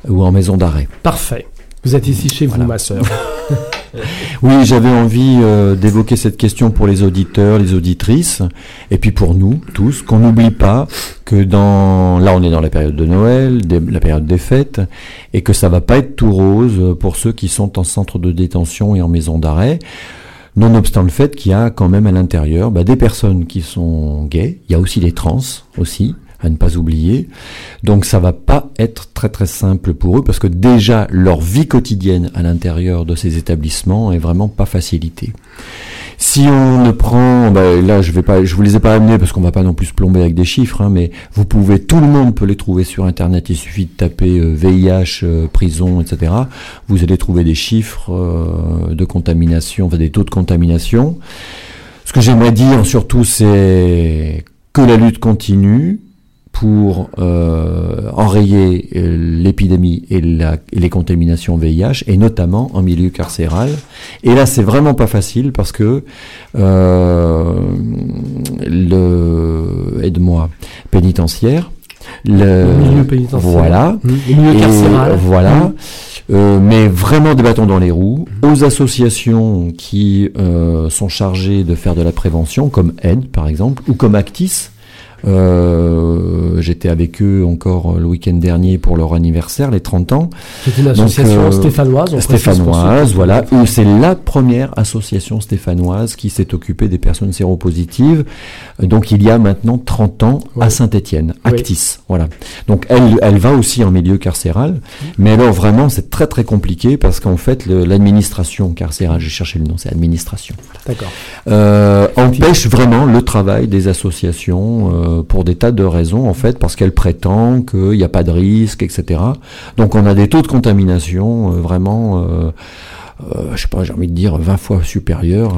[SPEAKER 2] ou en maison d'arrêt.
[SPEAKER 3] Parfait. Vous êtes ici chez
[SPEAKER 2] Voilà.
[SPEAKER 3] vous, ma sœur.
[SPEAKER 2] Oui, j'avais envie euh, d'évoquer cette question pour les auditeurs, les auditrices, et puis pour nous tous, qu'on n'oublie pas que dans là on est dans la période de Noël, des- la période des fêtes, et que ça va pas être tout rose euh, pour ceux qui sont en centre de détention et en maison d'arrêt. Nonobstant le fait qu'il y a quand même à l'intérieur bah, des personnes qui sont gays, il y a aussi les trans aussi à ne pas oublier. Donc ça va pas être très très simple pour eux parce que déjà leur vie quotidienne à l'intérieur de ces établissements est vraiment pas facilitée. Si on ne prend, ben là je vais pas, je vous les ai pas amenés parce qu'on va pas non plus se plomber avec des chiffres, hein, mais vous pouvez, tout le monde peut les trouver sur internet. Il suffit de taper euh, VIH, euh, prison, etc. Vous allez trouver des chiffres euh, de contamination, enfin des taux de contamination. Ce que j'aimerais dire surtout, c'est que la lutte continue pour euh, enrayer euh, l'épidémie et, la- et les contaminations VIH, et notamment en milieu carcéral. Et là, c'est vraiment pas facile parce que euh, le aide-moi pénitentiaire, le,
[SPEAKER 3] Le milieu pénitentiaire.
[SPEAKER 2] Euh, voilà,
[SPEAKER 3] Mmh. Le milieu
[SPEAKER 2] et euh,
[SPEAKER 3] carcéral. Mm.
[SPEAKER 2] Voilà. Euh, mais vraiment des bâtons dans les roues aux associations qui euh, sont chargées de faire de la prévention, comme Aide par exemple, ou comme Actis. Euh, J'étais avec eux encore euh, le week-end dernier pour leur anniversaire, les 30 ans
[SPEAKER 3] C'est une association
[SPEAKER 2] euh,
[SPEAKER 3] stéphanoise. on précise pour ceux qui-
[SPEAKER 2] stéphanoise, voilà, où c'est la première association stéphanoise qui s'est occupée des personnes séropositives. euh, Donc il y a maintenant 30 ans à
[SPEAKER 3] Oui.
[SPEAKER 2] Saint-Étienne,
[SPEAKER 3] Oui.
[SPEAKER 2] Actis, voilà. Donc elle, elle va aussi en milieu carcéral,
[SPEAKER 3] Mm.
[SPEAKER 2] mais alors vraiment c'est très très compliqué parce qu'en fait le- l'administration carcérale, j'ai cherché le nom, c'est administration
[SPEAKER 3] D'accord.
[SPEAKER 2] euh, empêche vraiment le travail des associations euh, pour des tas de raisons en fait parce qu'elles prétendent qu'il n'y a pas de risque etc donc on a des taux de contamination euh, vraiment euh, euh, je sais pas j'ai envie de dire 20 fois supérieurs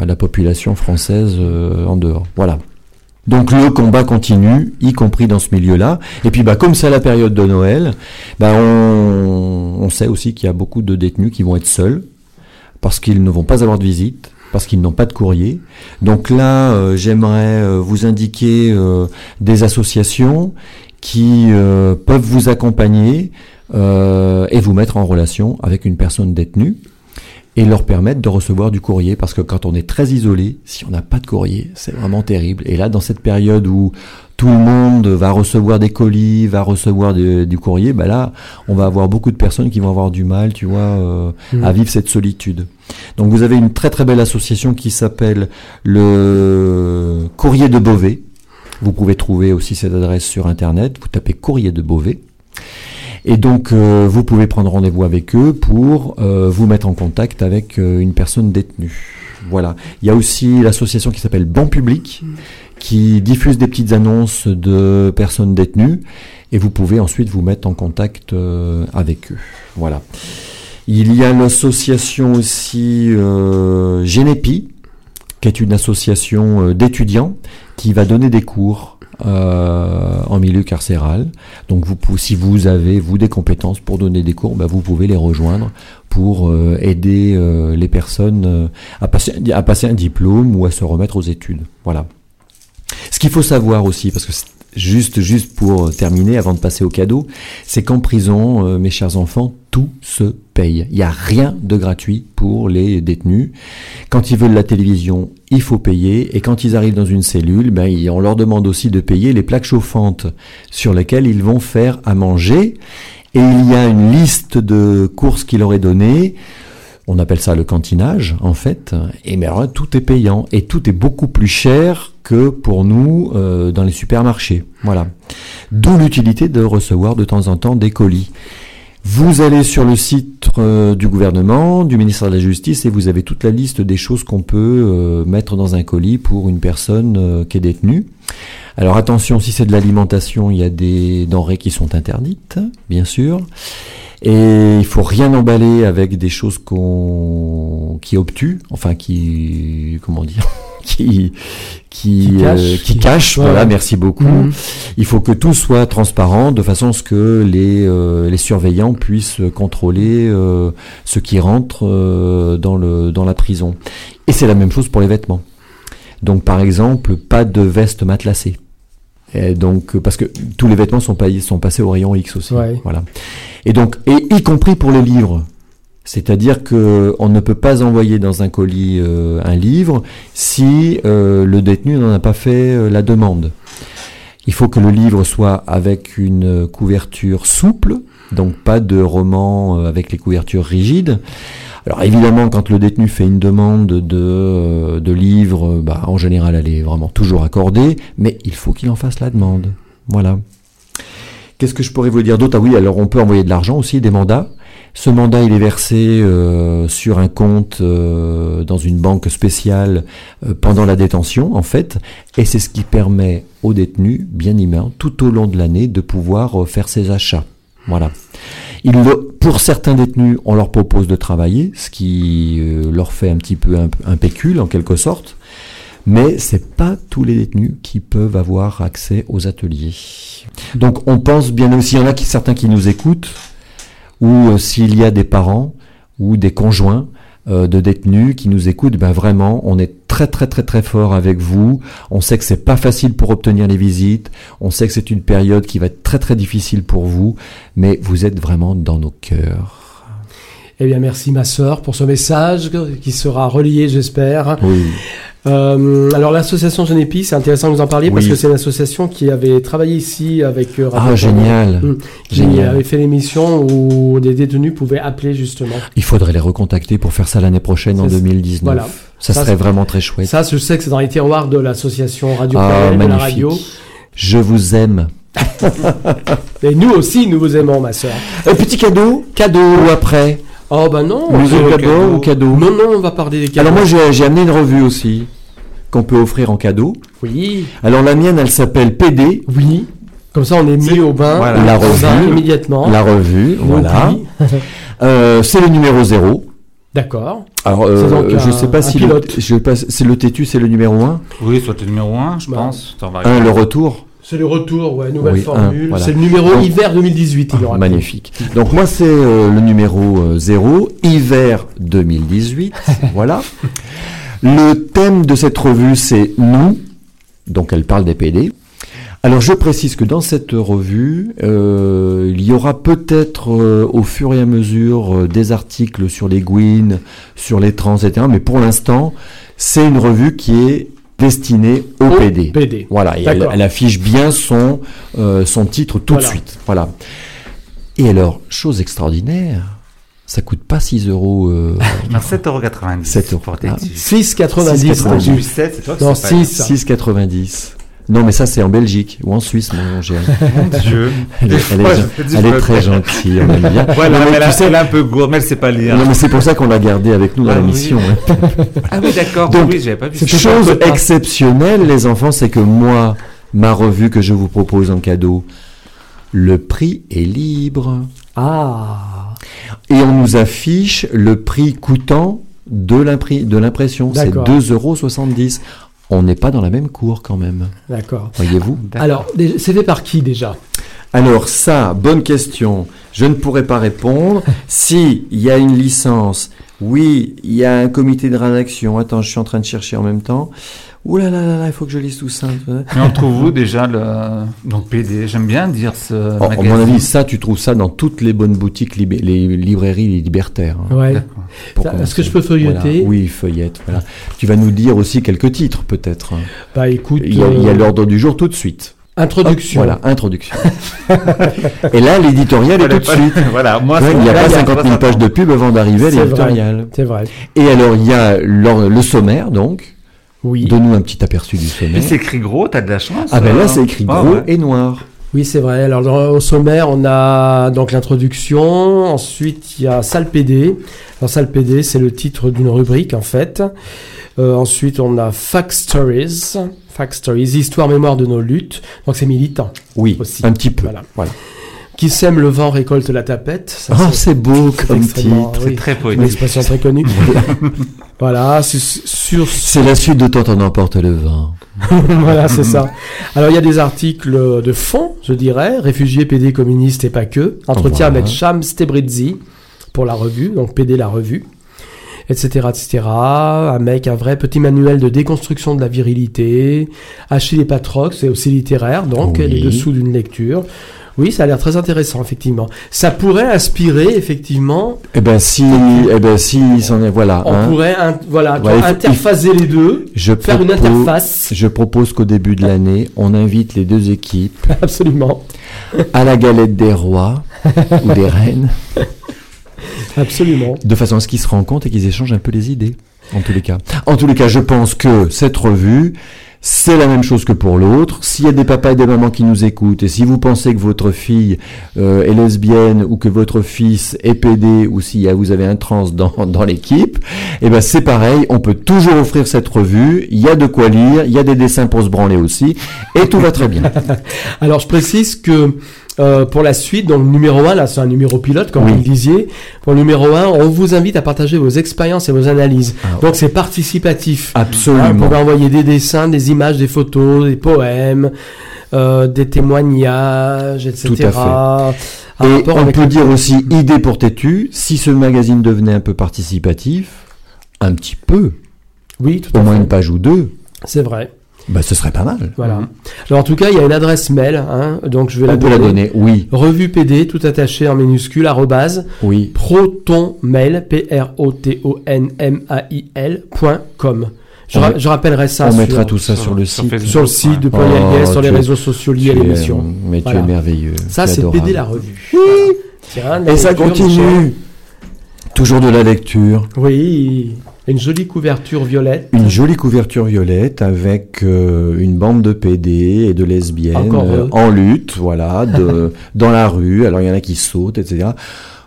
[SPEAKER 2] à, la population française euh, en dehors voilà donc le combat continue, y compris dans ce milieu-là. Et puis bah comme c'est la période de Noël, bah on, on sait aussi qu'il y a beaucoup de détenus qui vont être seuls parce qu'ils ne vont pas avoir de visite, parce qu'ils n'ont pas de courrier. Donc là, euh, j'aimerais euh, vous indiquer euh, des associations qui euh, peuvent vous accompagner euh, et vous mettre en relation avec une personne détenue et leur permettre de recevoir du courrier parce que quand on est très isolé, si on n'a pas de courrier, c'est vraiment terrible. Et là, dans cette période où tout le monde va recevoir des colis, va recevoir des- du courrier, bah là, on va avoir beaucoup de personnes qui vont avoir du mal, tu vois, euh, à vivre cette solitude. Donc vous avez une très très belle association qui s'appelle le Courrier de Beauvais. Vous pouvez trouver aussi cette adresse sur internet. Vous tapez Courrier de Beauvais. Et donc euh, vous pouvez prendre rendez-vous avec eux pour euh, vous mettre en contact avec euh, une personne détenue. Voilà. Il y a aussi l'association qui s'appelle Ban Public qui diffuse des petites annonces de personnes détenues et vous pouvez ensuite vous mettre en contact euh, avec eux. Voilà. Il y a l'association aussi euh, Genepi, qui est une association euh, d'étudiants qui va donner des cours euh, en milieu carcéral. Donc vous, pou- si vous avez vous des compétences pour donner des cours, ben, vous pouvez les rejoindre pour euh, aider euh, les personnes euh, à, passer, un di- à passer un diplôme ou à se remettre aux études. Voilà. Ce qu'il faut savoir aussi, parce que c'est- juste, juste pour euh, terminer, avant de passer au cadeau, c'est qu'en prison, euh, mes chers enfants, tout se paye. Il n'y a rien de gratuit pour les détenus. Quand ils veulent la télévision, il faut payer. Et quand ils arrivent dans une cellule, ben, ils- on leur demande aussi de payer les plaques chauffantes sur lesquelles ils vont faire à manger. Et il y a une liste de courses qu'il aurait données. On appelle ça le cantinage, en fait. Et mais alors là, tout est payant. Et tout est beaucoup plus cher que pour nous euh, dans les supermarchés. Voilà. D'où l'utilité de recevoir de temps en temps des colis. Vous allez sur le site euh, du gouvernement, du ministère de la Justice, et vous avez toute la liste des choses qu'on peut euh, mettre dans un colis pour une personne euh, qui est détenue. Alors attention, si c'est de l'alimentation, il y a des denrées qui sont interdites, bien sûr. Et il faut rien emballer avec des choses qu'on qui obtuent, enfin qui comment dire, <laughs> qui qui euh,
[SPEAKER 3] Qui cachent.
[SPEAKER 2] qui cachent,
[SPEAKER 3] Ouais.
[SPEAKER 2] Voilà, merci beaucoup.
[SPEAKER 3] Mhm.
[SPEAKER 2] Il faut que tout soit transparent de façon à ce que les, euh, les surveillants puissent contrôler euh, ce qui rentre euh, dans, le, dans la prison. Et c'est la même chose pour les vêtements. Donc par exemple, pas de veste matelassée. Et donc, euh, parce que tous les vêtements sont, pas- sont passés au rayon X aussi.
[SPEAKER 3] Ouais.
[SPEAKER 2] Voilà. Et donc, et y compris pour les livres. C'est-à-dire que on ne peut pas envoyer dans un colis euh, un livre si euh, le détenu n'en a pas fait euh, la demande. Il faut que le livre soit avec une couverture souple, donc pas de roman euh, avec les couvertures rigides. Alors évidemment, quand le détenu fait une demande de, euh, de livre, euh, bah, en général, elle est vraiment toujours accordée, mais il faut qu'il en fasse la demande. Voilà. Qu'est-ce que je pourrais vous dire d'autre Ah oui, alors on peut envoyer de l'argent aussi, des mandats. Ce mandat, il est versé euh, sur un compte euh, dans une banque spéciale euh, pendant la détention, en fait, et c'est ce qui permet aux détenus, bien humains, tout au long de l'année, de pouvoir euh, faire ses achats. Voilà. Il le- pour certains détenus, on leur propose de travailler, ce qui euh, leur fait un petit peu un, un pécule, en quelque sorte, mais c'est pas tous les détenus qui peuvent avoir accès aux ateliers. Donc on pense bien aussi, il y en a qui, certains qui nous écoutent, ou euh, s'il y a des parents ou des conjoints euh, de détenus qui nous écoutent, ben vraiment, on est très très très très fort avec vous. On sait que c'est pas facile pour obtenir les visites. On sait que c'est une période qui va être très très difficile pour vous, mais vous êtes vraiment dans nos cœurs.
[SPEAKER 3] Eh bien, merci ma sœur pour ce message qui sera relié, j'espère.
[SPEAKER 2] Oui.
[SPEAKER 3] Euh, alors, l'association Genépi, c'est intéressant que vous en parliez parce
[SPEAKER 2] Oui.
[SPEAKER 3] que c'est une association qui avait travaillé ici avec euh, Radio
[SPEAKER 2] Ah génial.
[SPEAKER 3] Mm. qui
[SPEAKER 2] Génial.
[SPEAKER 3] avait fait l'émission où des détenus pouvaient appeler justement.
[SPEAKER 2] Il faudrait les recontacter pour faire ça l'année prochaine en
[SPEAKER 3] C'est-
[SPEAKER 2] 2019.
[SPEAKER 3] voilà.
[SPEAKER 2] Ça,
[SPEAKER 3] Ça,
[SPEAKER 2] serait
[SPEAKER 3] c'est-
[SPEAKER 2] vraiment très chouette.
[SPEAKER 3] Ça, je sais que c'est dans les tiroirs de l'association Radio
[SPEAKER 2] Ah,
[SPEAKER 3] Pluriel de la
[SPEAKER 2] magnifique.
[SPEAKER 3] radio.
[SPEAKER 2] Je vous aime.
[SPEAKER 3] Et nous aussi, nous vous aimons, ma sœur.
[SPEAKER 2] Un Euh, petit cadeau, cadeau après.
[SPEAKER 3] Oh bah non.
[SPEAKER 2] Nous
[SPEAKER 3] euh,
[SPEAKER 2] cadeau, ou cadeau.
[SPEAKER 3] Non, non, on va parler des cadeaux.
[SPEAKER 2] Alors moi j'ai j'ai amené une revue aussi qu'on peut offrir en cadeau.
[SPEAKER 3] oui,
[SPEAKER 2] Alors la mienne elle s'appelle PD,
[SPEAKER 3] oui. Comme ça, on est mis au bain,
[SPEAKER 2] voilà.
[SPEAKER 3] on
[SPEAKER 2] La
[SPEAKER 3] est au bain
[SPEAKER 2] revue.
[SPEAKER 3] immédiatement.
[SPEAKER 2] la revue,
[SPEAKER 3] On
[SPEAKER 2] voilà.
[SPEAKER 3] oublie.
[SPEAKER 2] Euh, c'est le numéro 0.
[SPEAKER 3] D'accord.
[SPEAKER 2] Alors
[SPEAKER 3] C'est donc
[SPEAKER 2] euh, je
[SPEAKER 3] un-
[SPEAKER 2] sais pas
[SPEAKER 3] un
[SPEAKER 2] si le,
[SPEAKER 3] pilote.
[SPEAKER 2] je sais pas, c'est le têtu, c'est le numéro 1,
[SPEAKER 6] Oui, soit le numéro 1, je
[SPEAKER 3] Bah.
[SPEAKER 6] pense. Attends, on va
[SPEAKER 2] Un,
[SPEAKER 6] regarder.
[SPEAKER 2] le retour.
[SPEAKER 3] C'est le retour, ouais, nouvelle
[SPEAKER 2] Oui,
[SPEAKER 3] formule.
[SPEAKER 2] un, voilà.
[SPEAKER 3] C'est le numéro
[SPEAKER 2] Donc-
[SPEAKER 3] hiver 2018. il y aura
[SPEAKER 2] Magnifique. Donc moi c'est euh, le numéro 0, hiver
[SPEAKER 3] <laughs>
[SPEAKER 2] 2018, voilà. Le thème de cette revue c'est nous, donc elle parle des PD. Alors je précise que dans cette revue, euh, il y aura peut-être euh, au fur et à mesure euh, des articles sur les Gwyn, sur les trans, etc. Mais pour l'instant, c'est une revue qui est destinée aux
[SPEAKER 3] Au
[SPEAKER 2] PD.
[SPEAKER 3] PD.
[SPEAKER 2] Voilà, et elle,
[SPEAKER 3] D'accord.
[SPEAKER 2] elle affiche bien son, euh, son titre tout
[SPEAKER 3] Voilà.
[SPEAKER 2] de suite. Voilà. Et alors, chose extraordinaire, ça coûte pas 6 euros. euh,
[SPEAKER 6] Non, 7,90€.
[SPEAKER 2] 7 euros.
[SPEAKER 6] pour tes
[SPEAKER 2] Ah.
[SPEAKER 6] petits.
[SPEAKER 3] 6,90.
[SPEAKER 6] J'ai eu
[SPEAKER 2] 6,90.
[SPEAKER 6] 7, <laughs> c'est toi qui
[SPEAKER 3] Non,
[SPEAKER 6] s'appelle.
[SPEAKER 3] 6.
[SPEAKER 2] 6,90. Non, mais ça, c'est en Belgique ou en Suisse, mon gen-
[SPEAKER 6] Mon Dieu.
[SPEAKER 2] Elle, est- elle est, gen- elle est très gentille, on aime bien.
[SPEAKER 6] Voilà,
[SPEAKER 2] Non, mais
[SPEAKER 6] mais
[SPEAKER 2] tu
[SPEAKER 6] elle,
[SPEAKER 2] sais-
[SPEAKER 6] elle est un peu gourde, mais elle sait pas hein. lire.
[SPEAKER 2] Non, mais c'est pour ça qu'on l'a gardée avec nous dans
[SPEAKER 6] Ah, oui.
[SPEAKER 2] l'émission. hein.
[SPEAKER 6] Ah oui, d'accord.
[SPEAKER 2] Donc,
[SPEAKER 6] oui, j'avais pas vu. ça.
[SPEAKER 2] Chose exceptionnelle, les enfants, c'est que moi, ma revue que je vous propose en cadeau, le prix est libre.
[SPEAKER 3] Ah,
[SPEAKER 2] Et on nous affiche le prix coûtant de l'impri- de l'impression. C'est
[SPEAKER 3] D'accord.
[SPEAKER 2] 2,70 euros. On n'est pas dans la même cour quand même,
[SPEAKER 3] d'accord.
[SPEAKER 2] voyez-vous.
[SPEAKER 6] Ah, D'accord.
[SPEAKER 3] Alors, déjà- c'est fait par qui déjà
[SPEAKER 2] Alors ça, bonne question. Je ne pourrais pas répondre. Si il y a une licence, oui, il y a un comité de rédaction. Attends, je suis en train de chercher en même temps. Ouh là là là là, il faut que je lise tout ça.
[SPEAKER 6] Mais on trouve où déjà le. Donc PD, j'aime bien dire ce.
[SPEAKER 2] Oh, à
[SPEAKER 6] magazine.
[SPEAKER 2] mon avis, ça, tu trouves ça dans toutes les bonnes boutiques, libé- les librairies libertaires. hein.
[SPEAKER 3] Ouais.
[SPEAKER 6] D'accord.
[SPEAKER 2] Pour
[SPEAKER 3] Ça,
[SPEAKER 2] commencer.
[SPEAKER 3] est-ce que je peux feuilleter
[SPEAKER 2] Voilà. Oui, feuillette. Voilà. Tu vas nous dire aussi quelques titres, peut-être.
[SPEAKER 3] Bah écoute,
[SPEAKER 2] Il y a, il y a
[SPEAKER 3] euh,
[SPEAKER 2] l'ordre du jour tout de suite.
[SPEAKER 3] introduction.
[SPEAKER 2] Voilà, introduction. <laughs> Et là, l'éditorial est tout de suite.
[SPEAKER 6] <laughs> voilà, moi,
[SPEAKER 2] Ouais,
[SPEAKER 6] c'est
[SPEAKER 2] il n'y a
[SPEAKER 6] mon-
[SPEAKER 2] pas
[SPEAKER 6] Là,
[SPEAKER 2] 50 000 pages de pub avant d'arriver à
[SPEAKER 3] C'est vrai.
[SPEAKER 2] l'éditorial.
[SPEAKER 3] C'est vrai.
[SPEAKER 2] Et alors, il y a l'or- le sommaire, donc.
[SPEAKER 3] Oui.
[SPEAKER 2] Donne-nous un petit aperçu du
[SPEAKER 6] Mais
[SPEAKER 2] sommaire.
[SPEAKER 6] c'est écrit gros, t'as de la chance.
[SPEAKER 2] Ah ben
[SPEAKER 6] euh.
[SPEAKER 2] là, c'est écrit
[SPEAKER 6] Ah,
[SPEAKER 2] gros
[SPEAKER 6] ouais.
[SPEAKER 2] et noir.
[SPEAKER 3] Oui, c'est vrai. Alors, dans- au sommaire, on a donc l'introduction. Ensuite, il y a Salle PD. Alors, Salle PD, c'est le titre d'une rubrique, en fait. Euh, ensuite, on a Fact Stories. Fact Stories, histoire, mémoire de nos luttes. Donc, c'est militant.
[SPEAKER 2] Oui,
[SPEAKER 3] Aussi.
[SPEAKER 2] un petit peu.
[SPEAKER 3] Voilà. Qui sème le vent récolte la tapette. Ça,
[SPEAKER 2] Ah,
[SPEAKER 3] c'est-
[SPEAKER 2] c'est beau
[SPEAKER 3] c'est
[SPEAKER 2] comme
[SPEAKER 3] extrêmement-
[SPEAKER 2] titre.
[SPEAKER 3] oui,
[SPEAKER 6] Très
[SPEAKER 3] une
[SPEAKER 6] poétique.
[SPEAKER 3] expression très connue. voilà. Sur, sur
[SPEAKER 2] C'est la suite de Tant on emporte le vent.
[SPEAKER 3] <laughs> voilà, c'est ça. Alors, il y a des articles de fond, je dirais, réfugiés, PD, communistes et pas que. Entretien
[SPEAKER 2] Voilà.
[SPEAKER 3] avec Sham Stebrizzi pour la revue, donc PD la revue, etc., etc. Un mec, un vrai petit manuel de déconstruction de la virilité. Achille et Patrox, c'est aussi littéraire, donc
[SPEAKER 2] Oui.
[SPEAKER 3] les dessous d'une lecture. Oui, ça a l'air très intéressant, effectivement. Ça pourrait inspirer, effectivement,
[SPEAKER 2] Eh ben si, eh ben si, il s'en est, voilà.
[SPEAKER 3] on
[SPEAKER 2] hein.
[SPEAKER 3] pourrait in- voilà, tu
[SPEAKER 2] Ouais,
[SPEAKER 3] vois,
[SPEAKER 2] il faut-
[SPEAKER 3] interfacer les deux,
[SPEAKER 2] je
[SPEAKER 3] faire une
[SPEAKER 2] propose-
[SPEAKER 3] interface,
[SPEAKER 2] Je propose qu'au début de l'année, on invite les deux équipes
[SPEAKER 3] <laughs> absolument,
[SPEAKER 2] à la galette des
[SPEAKER 3] <laughs>
[SPEAKER 2] rois ou des reines,
[SPEAKER 3] absolument.
[SPEAKER 2] de façon à ce qu'ils se rencontrent et qu'ils échangent un peu les idées. En tous les cas. En tous les cas, je pense que cette revue, c'est la même chose que pour l'autre. S'il y a des papas et des mamans qui nous écoutent, et si vous pensez que votre fille euh, est lesbienne ou que votre fils est PD ou si euh, vous avez un trans dans, <laughs> dans l'équipe, eh ben c'est pareil. On peut toujours offrir cette revue. Il y a de quoi lire. Il y a des dessins pour se branler aussi, et tout va très bien.
[SPEAKER 3] Alors, je précise que euh, pour la suite, dans le numéro 1, là, c'est un numéro pilote, comme
[SPEAKER 2] Oui.
[SPEAKER 3] vous le disiez. Pour le numéro 1, on vous invite à partager vos expériences et vos analyses.
[SPEAKER 2] Ah.
[SPEAKER 3] Donc, c'est participatif. Hein, Vous
[SPEAKER 2] Absolument.
[SPEAKER 3] pouvez envoyer des dessins, des images, des photos, des poèmes, euh, des témoignages, etc.
[SPEAKER 2] Tout à fait.
[SPEAKER 3] Un
[SPEAKER 2] Et
[SPEAKER 3] rapport
[SPEAKER 2] on
[SPEAKER 3] avec Mm.
[SPEAKER 2] peut
[SPEAKER 3] le-
[SPEAKER 2] dire aussi idée pour têtu, si ce magazine devenait un peu participatif, un petit peu,
[SPEAKER 3] Oui, tout
[SPEAKER 2] au
[SPEAKER 3] à
[SPEAKER 2] moins une
[SPEAKER 3] fait.
[SPEAKER 2] page ou deux,
[SPEAKER 3] C'est vrai.
[SPEAKER 2] bah ce serait pas mal.
[SPEAKER 3] Voilà.
[SPEAKER 6] Mhm.
[SPEAKER 3] Alors, en tout cas, il y a une adresse mail, hein, donc je vais la
[SPEAKER 2] On peut la donner, oui,
[SPEAKER 3] Revue PD, tout attaché en minuscule, arrobase,
[SPEAKER 2] oui.
[SPEAKER 3] protonmail, P-R-O-T-O-N-M-A-I-L, point com. Je,
[SPEAKER 2] On
[SPEAKER 3] ra-
[SPEAKER 2] met-
[SPEAKER 3] je rappellerai ça
[SPEAKER 2] on
[SPEAKER 3] sur,
[SPEAKER 2] mettra tout ça sur, le site.
[SPEAKER 6] Facebook.
[SPEAKER 3] sur le site de
[SPEAKER 2] Oh,
[SPEAKER 3] Pluriel Gay, sur les
[SPEAKER 2] tu es-
[SPEAKER 3] réseaux sociaux
[SPEAKER 2] Tu
[SPEAKER 3] liés à
[SPEAKER 2] es, euh,
[SPEAKER 3] l'émission.
[SPEAKER 2] mais tu
[SPEAKER 3] Voilà.
[SPEAKER 2] es merveilleux.
[SPEAKER 3] Ça,
[SPEAKER 2] tu es
[SPEAKER 3] c'est
[SPEAKER 2] adorable.
[SPEAKER 3] PD la revue. Voilà. Tiens, la
[SPEAKER 2] Et ça
[SPEAKER 3] lecture, Michel.
[SPEAKER 2] continue. Toujours de la lecture.
[SPEAKER 3] Oui, une jolie couverture violette.
[SPEAKER 2] Une jolie couverture violette avec euh, une bande de PD et de lesbiennes
[SPEAKER 3] Encore
[SPEAKER 2] euh,
[SPEAKER 3] eux.
[SPEAKER 2] en lutte, voilà,
[SPEAKER 3] <laughs>
[SPEAKER 2] de- dans la rue. Alors il y en a qui sautent, etc.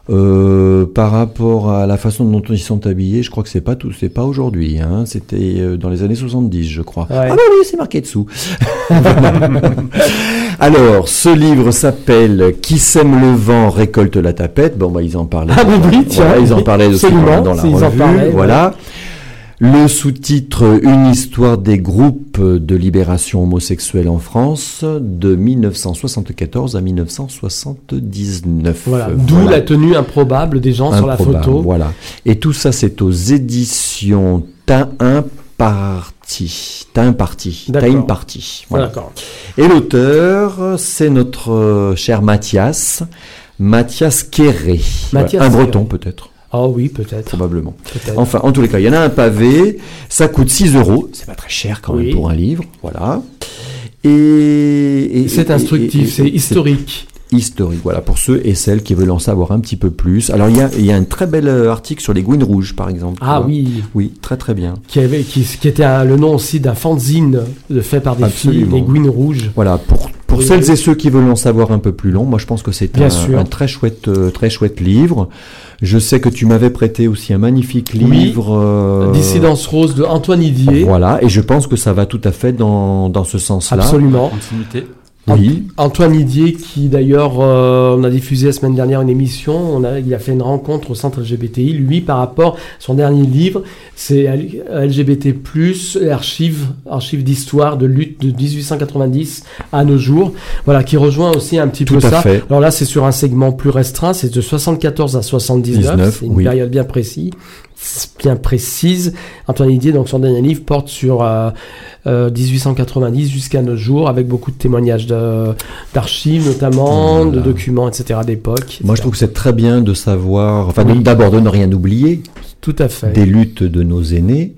[SPEAKER 2] Euh, par rapport à la façon dont ils sont habillés, je crois que c'est pas tout, c'est pas aujourd'hui. Hein, C'était euh, dans les années 70, je crois.
[SPEAKER 3] Ouais.
[SPEAKER 2] Ah bah oui, c'est marqué
[SPEAKER 3] <laughs>
[SPEAKER 2] dessous. Alors, ce livre s'appelle Qui sème le vent récolte la tapette. Bon bah ils en parlaient.
[SPEAKER 3] Ah, bah oui, tiens,
[SPEAKER 2] Voilà, ils en
[SPEAKER 3] oui,
[SPEAKER 2] parlaient aussi
[SPEAKER 3] absolument,
[SPEAKER 2] dans, dans la
[SPEAKER 3] ils en
[SPEAKER 2] revue.
[SPEAKER 3] parlaient,
[SPEAKER 2] voilà. Le sous-titre Une histoire des groupes de libération homosexuelle en France de 1974 à 1979.
[SPEAKER 3] Voilà, d'où la tenue improbable des gens sur la
[SPEAKER 2] Euh, Improbable,
[SPEAKER 3] photo.
[SPEAKER 2] Voilà. Et tout ça, c'est aux éditions Tain Parti. Tain Parti.
[SPEAKER 3] D'accord.
[SPEAKER 2] Tain Parti.
[SPEAKER 3] Voilà,
[SPEAKER 2] Voilà.
[SPEAKER 3] D'accord.
[SPEAKER 2] Et l'auteur, c'est notre euh, cher Mathias. Mathias Quéré.
[SPEAKER 3] Mathias
[SPEAKER 2] Voilà. Un
[SPEAKER 3] Quéré.
[SPEAKER 2] breton, peut-être.
[SPEAKER 3] Ah oui, peut-être.
[SPEAKER 2] Probablement.
[SPEAKER 3] peut-être.
[SPEAKER 2] Enfin, en tous les cas, il y en a un pavé. Ça coûte 6 euros. C'est pas très cher quand
[SPEAKER 3] Oui.
[SPEAKER 2] même pour un livre. Voilà. Et, et-
[SPEAKER 3] c'est
[SPEAKER 2] et- et-
[SPEAKER 3] instructif,
[SPEAKER 2] et-
[SPEAKER 3] c'est historique.
[SPEAKER 2] historique. Voilà, pour ceux et celles qui veulent en savoir un petit peu plus. Alors, il y a, il y a un très bel euh, article sur les gouines rouges, par exemple. Tu
[SPEAKER 3] Ah
[SPEAKER 2] vois.
[SPEAKER 3] oui,
[SPEAKER 2] Oui, très très bien.
[SPEAKER 3] qui, avait, qui, qui était un- le nom aussi d'un fanzine de- fait par des
[SPEAKER 2] Absolument.
[SPEAKER 3] filles, des Gouines Rouges.
[SPEAKER 2] Voilà, pour, pour
[SPEAKER 3] Oui,
[SPEAKER 2] celles
[SPEAKER 3] oui.
[SPEAKER 2] et ceux qui veulent en savoir un peu plus long, moi je pense que c'est
[SPEAKER 3] Bien
[SPEAKER 2] un,
[SPEAKER 3] sûr.
[SPEAKER 2] un très chouette euh, très chouette livre. Je sais que tu m'avais prêté aussi un magnifique
[SPEAKER 3] Oui.
[SPEAKER 2] livre. euh,
[SPEAKER 3] Dissidence Rose de Antoine Idier.
[SPEAKER 2] Voilà, et je pense que ça va tout à fait dans, dans ce sens-là.
[SPEAKER 3] Absolument.
[SPEAKER 6] Continuité.
[SPEAKER 2] Ah, Oui,
[SPEAKER 3] Antoine Idier, qui d'ailleurs, euh, on a diffusé la semaine dernière une émission, on a, il a fait une rencontre au centre LGBTI, lui par rapport à son dernier livre, c'est L- LGBT+, archives, archives d'histoire, de lutte de 1890 à nos jours, voilà, qui rejoint aussi un petit
[SPEAKER 2] Tout
[SPEAKER 3] peu
[SPEAKER 2] à
[SPEAKER 3] ça.
[SPEAKER 2] fait.
[SPEAKER 3] Alors là, c'est sur un segment plus restreint, c'est de 74 à 79,
[SPEAKER 2] 19,
[SPEAKER 3] c'est une
[SPEAKER 2] oui.
[SPEAKER 3] période bien précise, bien précise. Antoine Idier, donc son dernier livre, porte sur... euh, euh, 1890 jusqu'à nos jours, avec beaucoup de témoignages de- d'archives, notamment, de
[SPEAKER 2] Voilà.
[SPEAKER 3] documents, etc. d'époque.
[SPEAKER 2] moi je
[SPEAKER 3] etc.
[SPEAKER 2] trouve que c'est très bien de savoir, enfin
[SPEAKER 3] Oui.
[SPEAKER 2] d'abord de ne rien oublier,
[SPEAKER 3] Tout à fait.
[SPEAKER 2] des luttes de nos aînés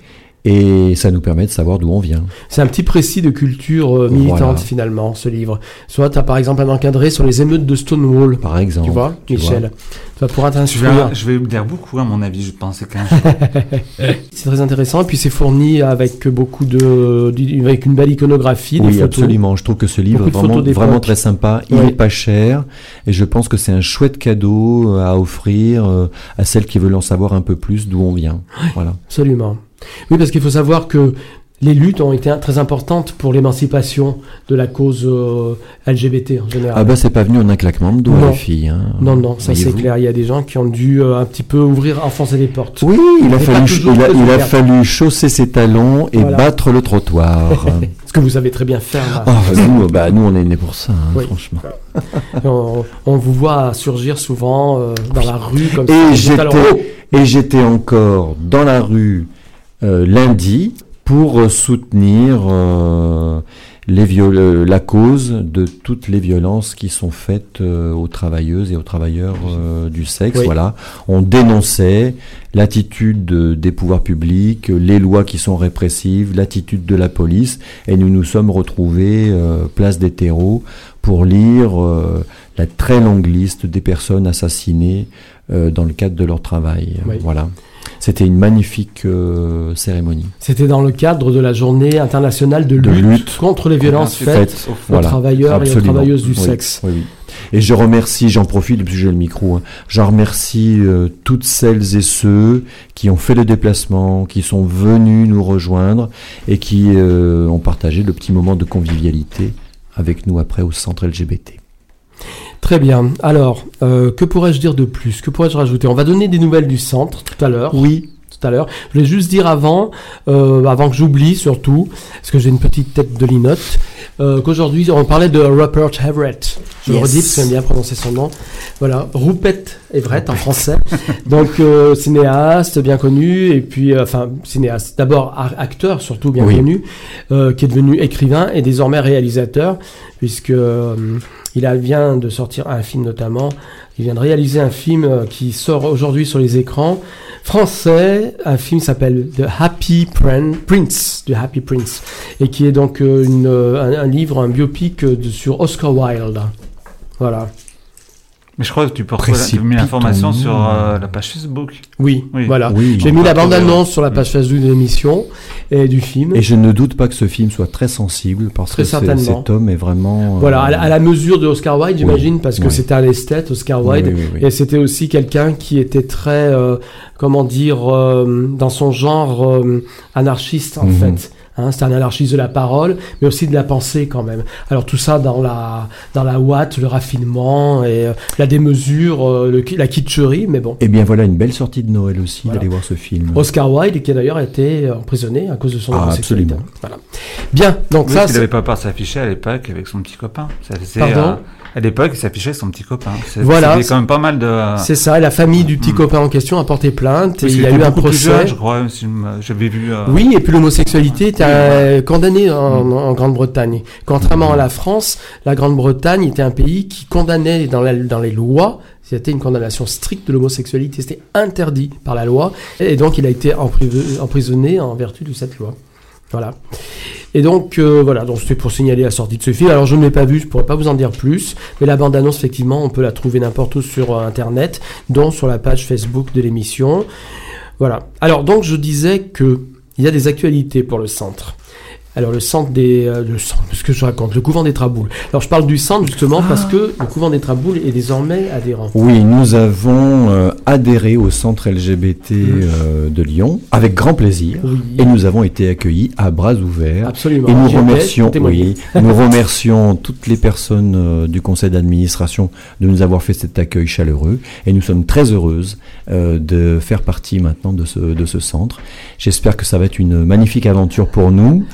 [SPEAKER 2] et ça nous permet de savoir d'où on vient.
[SPEAKER 3] C'est un petit précis de culture euh, militante,
[SPEAKER 2] Voilà.
[SPEAKER 3] finalement, ce livre. Soit tu as par exemple un encadré sur les émeutes de Stonewall,
[SPEAKER 2] Par exemple.
[SPEAKER 3] tu vois,
[SPEAKER 2] tu
[SPEAKER 3] Michel. Tu vas pouvoir
[SPEAKER 6] Je vais,
[SPEAKER 3] t'instruire.
[SPEAKER 6] je vais me dire beaucoup, à mon avis, je pense. C'est qu'un-
[SPEAKER 3] C'est très intéressant. Et puis c'est fourni avec beaucoup de. du- avec une belle iconographie, des
[SPEAKER 2] Oui,
[SPEAKER 3] photos.
[SPEAKER 2] absolument. Je trouve que ce livre
[SPEAKER 3] Beaucoup
[SPEAKER 2] est
[SPEAKER 3] de photos
[SPEAKER 2] vraiment,
[SPEAKER 3] d'époque.
[SPEAKER 2] vraiment très sympa. Il
[SPEAKER 3] Ouais.
[SPEAKER 2] est pas cher et je pense que c'est un chouette cadeau à offrir euh, à celles qui veulent en savoir un peu plus d'où on vient. Voilà.
[SPEAKER 3] Absolument. Oui, parce qu'il faut savoir que les luttes ont été très importantes pour l'émancipation de la cause euh, LGBT en général.
[SPEAKER 2] Ah bah c'est pas venu en un claquement de doigts,
[SPEAKER 3] Non.
[SPEAKER 2] les filles. hein.
[SPEAKER 3] Non, non, ça c'est
[SPEAKER 2] Voyez-vous.
[SPEAKER 3] clair. Il y a des gens qui ont dû euh, un petit peu ouvrir, enfoncer les portes.
[SPEAKER 2] Oui, il a,
[SPEAKER 3] C'est pas
[SPEAKER 2] fallu,
[SPEAKER 3] toujours
[SPEAKER 2] il a-
[SPEAKER 3] très
[SPEAKER 2] il a
[SPEAKER 3] ouvert.
[SPEAKER 2] fallu chausser ses talons et
[SPEAKER 3] Voilà.
[SPEAKER 2] battre le
[SPEAKER 3] <laughs>
[SPEAKER 2] trottoir.
[SPEAKER 3] Ce que vous savez très bien faire. là.
[SPEAKER 2] Ah, nous, bah, nous, on est nés pour ça, hein,
[SPEAKER 3] Oui.
[SPEAKER 2] franchement.
[SPEAKER 3] On, on vous voit surgir souvent euh, dans la rue comme ça.
[SPEAKER 2] Et
[SPEAKER 3] Tout à l'heure,
[SPEAKER 2] j'étais, et j'étais encore dans la rue euh, lundi pour euh, soutenir euh, les viol- la cause de toutes les violences qui sont faites euh, aux travailleuses et aux travailleurs euh, du sexe.
[SPEAKER 3] Oui.
[SPEAKER 2] Voilà, on dénonçait l'attitude euh, des pouvoirs publics, euh, les lois qui sont répressives, l'attitude de la police, et nous nous sommes retrouvés euh, place des terreaux pour lire euh, la très longue liste des personnes assassinées euh, dans le cadre de leur travail. Euh,
[SPEAKER 3] Oui.
[SPEAKER 2] Voilà. C'était une magnifique euh, cérémonie.
[SPEAKER 3] C'était dans le cadre de la journée internationale de,
[SPEAKER 2] De
[SPEAKER 3] lutte,
[SPEAKER 2] lutte
[SPEAKER 3] contre les violences faites
[SPEAKER 2] Faites,
[SPEAKER 3] aux travailleurs et aux
[SPEAKER 2] absolument.
[SPEAKER 3] travailleuses du
[SPEAKER 2] Oui,
[SPEAKER 3] sexe.
[SPEAKER 2] oui, oui. Et je remercie, j'en profite, puisque j'ai le micro, hein, j'en remercie euh, toutes celles et ceux qui ont fait le déplacement, qui sont venus nous rejoindre et qui euh, ont partagé le petit moment de convivialité avec nous après au centre LGBT.
[SPEAKER 3] Très bien. Alors, euh, que pourrais-je dire de plus Que pourrais-je rajouter On va donner des nouvelles du centre tout à l'heure.
[SPEAKER 2] Oui,
[SPEAKER 3] Tout à l'heure. Je voulais juste dire avant, euh, avant que j'oublie surtout, parce que j'ai une petite tête de linotte, euh, qu'aujourd'hui on parlait de Rupert Everett. Je le
[SPEAKER 7] Yes.
[SPEAKER 3] redis parce que j'aime bien prononcer son nom. Voilà, Rupert Everett en français. Donc euh, cinéaste bien connu et puis euh, enfin cinéaste, d'abord ar- acteur surtout bien
[SPEAKER 2] Oui.
[SPEAKER 3] connu, euh, qui est devenu écrivain et désormais réalisateur puisque euh, il a- vient de sortir un film notamment. Il vient de réaliser un film euh, qui sort aujourd'hui sur les écrans français. Un film s'appelle The Happy Prin- Prince, The Happy Prince, et qui est donc euh, une, euh, un, un livre, un biopic euh, de- sur Oscar Wilde. Voilà.
[SPEAKER 6] Mais je crois que tu peux retrouver tu as mis
[SPEAKER 2] Précipitons-nous.
[SPEAKER 6] l'information sur euh, la page Facebook.
[SPEAKER 3] Oui,
[SPEAKER 6] Oui.
[SPEAKER 3] voilà.
[SPEAKER 2] oui.
[SPEAKER 3] Ah, J'ai mis la
[SPEAKER 6] retrouver,
[SPEAKER 3] bande-annonce sur la page Facebook de l'émission et du film.
[SPEAKER 2] Et je ne doute pas que ce film soit très sensible parce
[SPEAKER 3] Très
[SPEAKER 2] que c'est-
[SPEAKER 3] certainement.
[SPEAKER 2] cet homme est vraiment. euh,
[SPEAKER 3] Voilà, à la, à la mesure de Oscar Wilde,
[SPEAKER 2] Oui,
[SPEAKER 3] j'imagine, parce que
[SPEAKER 2] oui.
[SPEAKER 3] c'était un esthète, Oscar
[SPEAKER 2] oui,
[SPEAKER 3] Wilde.
[SPEAKER 2] oui, oui, oui.
[SPEAKER 3] Et c'était aussi quelqu'un qui était très, euh, comment dire, euh, dans son genre euh, anarchiste en
[SPEAKER 2] Mhm.
[SPEAKER 3] fait. Hein, c'était un anarchiste de la parole, mais aussi de la pensée quand même. Alors tout ça dans la dans la ouate, le raffinement et euh, la démesure, euh, le ki- la kitscherie, mais bon.
[SPEAKER 2] Eh bien voilà une belle sortie de Noël aussi
[SPEAKER 3] Voilà.
[SPEAKER 2] d'aller voir ce film.
[SPEAKER 3] Oscar Wilde, qui a d'ailleurs été euh, emprisonné à cause de son
[SPEAKER 2] Mhm. Ah,
[SPEAKER 3] homosexualité.
[SPEAKER 2] absolument.
[SPEAKER 3] Voilà. Bien, donc
[SPEAKER 6] Oui,
[SPEAKER 3] ça,
[SPEAKER 6] il
[SPEAKER 3] c'est-
[SPEAKER 6] n'avait pas peur de s'afficher à l'époque avec son petit copain. Ça faisait,
[SPEAKER 3] Pardon
[SPEAKER 6] euh, à l'époque, il s'affichait avec son petit copain. C'est-
[SPEAKER 3] Voilà.
[SPEAKER 6] C'était quand même pas mal de.
[SPEAKER 3] c'est ça. Et la famille du
[SPEAKER 2] Mhm.
[SPEAKER 3] petit copain en question a porté plainte et
[SPEAKER 6] Parce
[SPEAKER 3] il
[SPEAKER 6] qu'il
[SPEAKER 3] y a
[SPEAKER 6] était
[SPEAKER 3] eu un
[SPEAKER 6] beaucoup plus
[SPEAKER 3] procès.
[SPEAKER 6] jeune, je crois, si je me- j'avais vu. euh,
[SPEAKER 3] Oui, et puis l'homosexualité était euh, condamnée en, en Grande-Bretagne. Contrairement à la France, la Grande-Bretagne était un pays qui condamnait dans, la- dans les lois, c'était une condamnation stricte de l'homosexualité, c'était interdit par la loi, et donc il a été emprisonné- emprisonné en vertu de cette loi. Voilà. Et donc euh, voilà, donc c'était pour signaler la sortie de ce film. Alors je ne l'ai pas vu, je pourrais pas vous en dire plus, mais la bande-annonce effectivement, on peut la trouver n'importe où sur euh, internet, dont sur la page Facebook de l'émission. Voilà. Alors donc je disais que il y a des actualités pour le centre. Alors le centre des euh, le centre, ce que je raconte, le couvent des Traboules. Alors je parle du centre justement parce que le couvent des Traboules est désormais adhérent.
[SPEAKER 2] Ah. Oui, nous avons euh, adhéré au centre LGBT euh, de Lyon avec grand plaisir
[SPEAKER 3] Oui.
[SPEAKER 2] et nous avons été accueillis à bras ouverts.
[SPEAKER 3] Absolument.
[SPEAKER 2] Et nous
[SPEAKER 3] J'y étais,
[SPEAKER 2] remercions,
[SPEAKER 3] témoigner.
[SPEAKER 2] oui, <laughs> nous remercions toutes les personnes euh, du conseil d'administration de nous avoir fait cet accueil chaleureux et nous sommes très heureuses euh, de faire partie maintenant de ce, de ce centre. J'espère que ça va être une magnifique aventure pour nous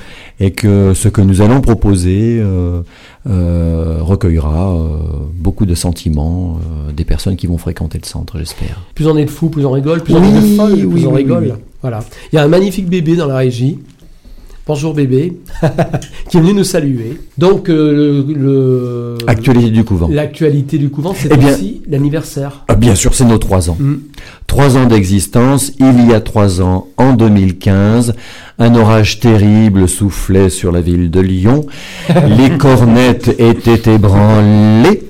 [SPEAKER 2] et que ce que nous allons proposer euh, euh, recueillera euh, beaucoup de sentiments euh, des personnes qui vont fréquenter le centre, j'espère.
[SPEAKER 3] Plus on est de fous, plus on rigole, plus on
[SPEAKER 2] Oui,
[SPEAKER 3] est de folles, plus
[SPEAKER 2] oui,
[SPEAKER 3] on
[SPEAKER 2] oui,
[SPEAKER 3] rigole.
[SPEAKER 2] oui.
[SPEAKER 3] Voilà. Il y a un magnifique bébé dans la régie. Bonjour bébé, <laughs> qui est venu nous saluer. Donc euh, le- le
[SPEAKER 2] Actualité du couvent.
[SPEAKER 3] l'actualité du couvent, c'est
[SPEAKER 2] Eh bien-
[SPEAKER 3] aussi l'anniversaire.
[SPEAKER 2] Ah, bien sûr, c'est nos trois ans.
[SPEAKER 3] Mm.
[SPEAKER 2] Trois ans d'existence, il y a trois ans, en 2015, un orage terrible soufflait sur la ville de
[SPEAKER 3] <laughs>
[SPEAKER 2] Lyon, les cornettes étaient ébranlées,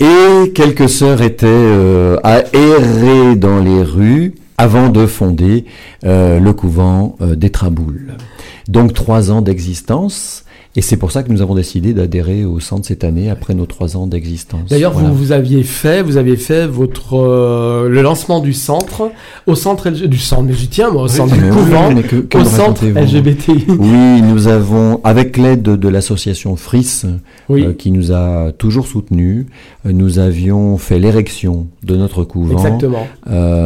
[SPEAKER 2] et quelques sœurs étaient euh, à errer dans les rues avant de fonder euh, le couvent euh, des Traboules. Donc trois ans d'existence, et c'est pour ça que nous avons décidé d'adhérer au centre cette année, après nos trois ans d'existence.
[SPEAKER 3] D'ailleurs,
[SPEAKER 2] Voilà.
[SPEAKER 3] vous, vous aviez fait, vous aviez fait votre euh, le lancement du centre au centre LG du centre, mais j'y tiens, moi, au centre du
[SPEAKER 2] Mais oui,
[SPEAKER 3] couvent,
[SPEAKER 2] mais que- que
[SPEAKER 3] au
[SPEAKER 2] me
[SPEAKER 3] centre
[SPEAKER 2] racontez-vous
[SPEAKER 3] LGBTI.
[SPEAKER 2] Euh, Oui, nous avons, avec l'aide de l'association FRIS,
[SPEAKER 3] Oui,
[SPEAKER 2] euh, qui nous a toujours soutenus, euh, nous avions fait l'érection de notre couvent
[SPEAKER 3] exactement.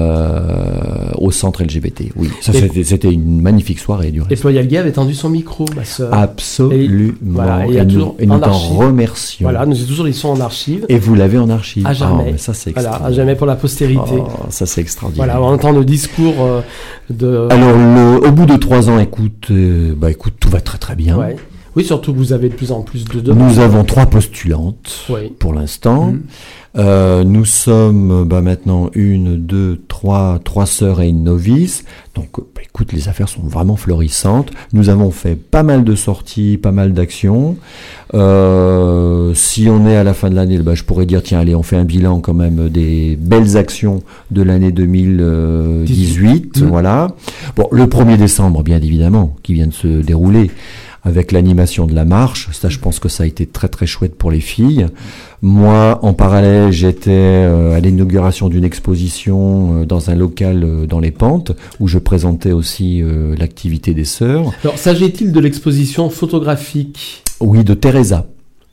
[SPEAKER 2] euh, au centre LGBT. Oui, ça
[SPEAKER 3] Et-
[SPEAKER 2] c'était c'était une magnifique soirée du
[SPEAKER 3] Et
[SPEAKER 2] reste.
[SPEAKER 3] Ployal Gay avait tendu son micro, ma sœur.
[SPEAKER 2] Ah, Absolument.
[SPEAKER 3] voilà, et il y a
[SPEAKER 2] et nous,
[SPEAKER 3] toujours
[SPEAKER 2] et nous
[SPEAKER 3] en
[SPEAKER 2] t'en
[SPEAKER 3] archive.
[SPEAKER 2] remercions.
[SPEAKER 3] Voilà, nous avons toujours les sons en archive.
[SPEAKER 2] Et vous l'avez en archive.
[SPEAKER 3] À jamais.
[SPEAKER 2] Ah, mais ça c'est
[SPEAKER 3] Voilà,
[SPEAKER 2] extraordinaire.
[SPEAKER 3] à jamais pour la postérité.
[SPEAKER 2] Oh, ça c'est extraordinaire.
[SPEAKER 3] Voilà, on entend le discours euh, de.
[SPEAKER 2] Alors, le- au bout de trois ans, écoute, euh, bah, écoute, tout va très très bien.
[SPEAKER 3] Ouais. Oui, surtout que vous avez de plus en plus de demandes.
[SPEAKER 2] Nous avons trois Mm. postulantes
[SPEAKER 3] Oui.
[SPEAKER 2] pour l'instant.
[SPEAKER 3] Mhm.
[SPEAKER 2] Euh, nous sommes bah, maintenant une, deux, trois, trois sœurs et une novice. Donc, euh, bah, écoute, les affaires sont vraiment florissantes. Nous avons fait pas mal de sorties, pas mal d'actions. Euh, si on est à la fin de l'année, bah, je pourrais dire tiens, allez, on fait un bilan quand même des belles actions de l'année 2018.
[SPEAKER 3] Mhm.
[SPEAKER 2] Voilà. Bon, le 1er décembre, bien évidemment, qui vient de se dérouler avec l'animation de la marche. Ça, je pense que ça a été très très chouette pour les filles. Moi, en parallèle, j'étais euh, à l'inauguration d'une exposition euh, dans un local euh, dans les Pentes où je présentais aussi euh, l'activité des sœurs.
[SPEAKER 3] Alors, s'agit-il de l'exposition photographique
[SPEAKER 2] Oui, de Teresa.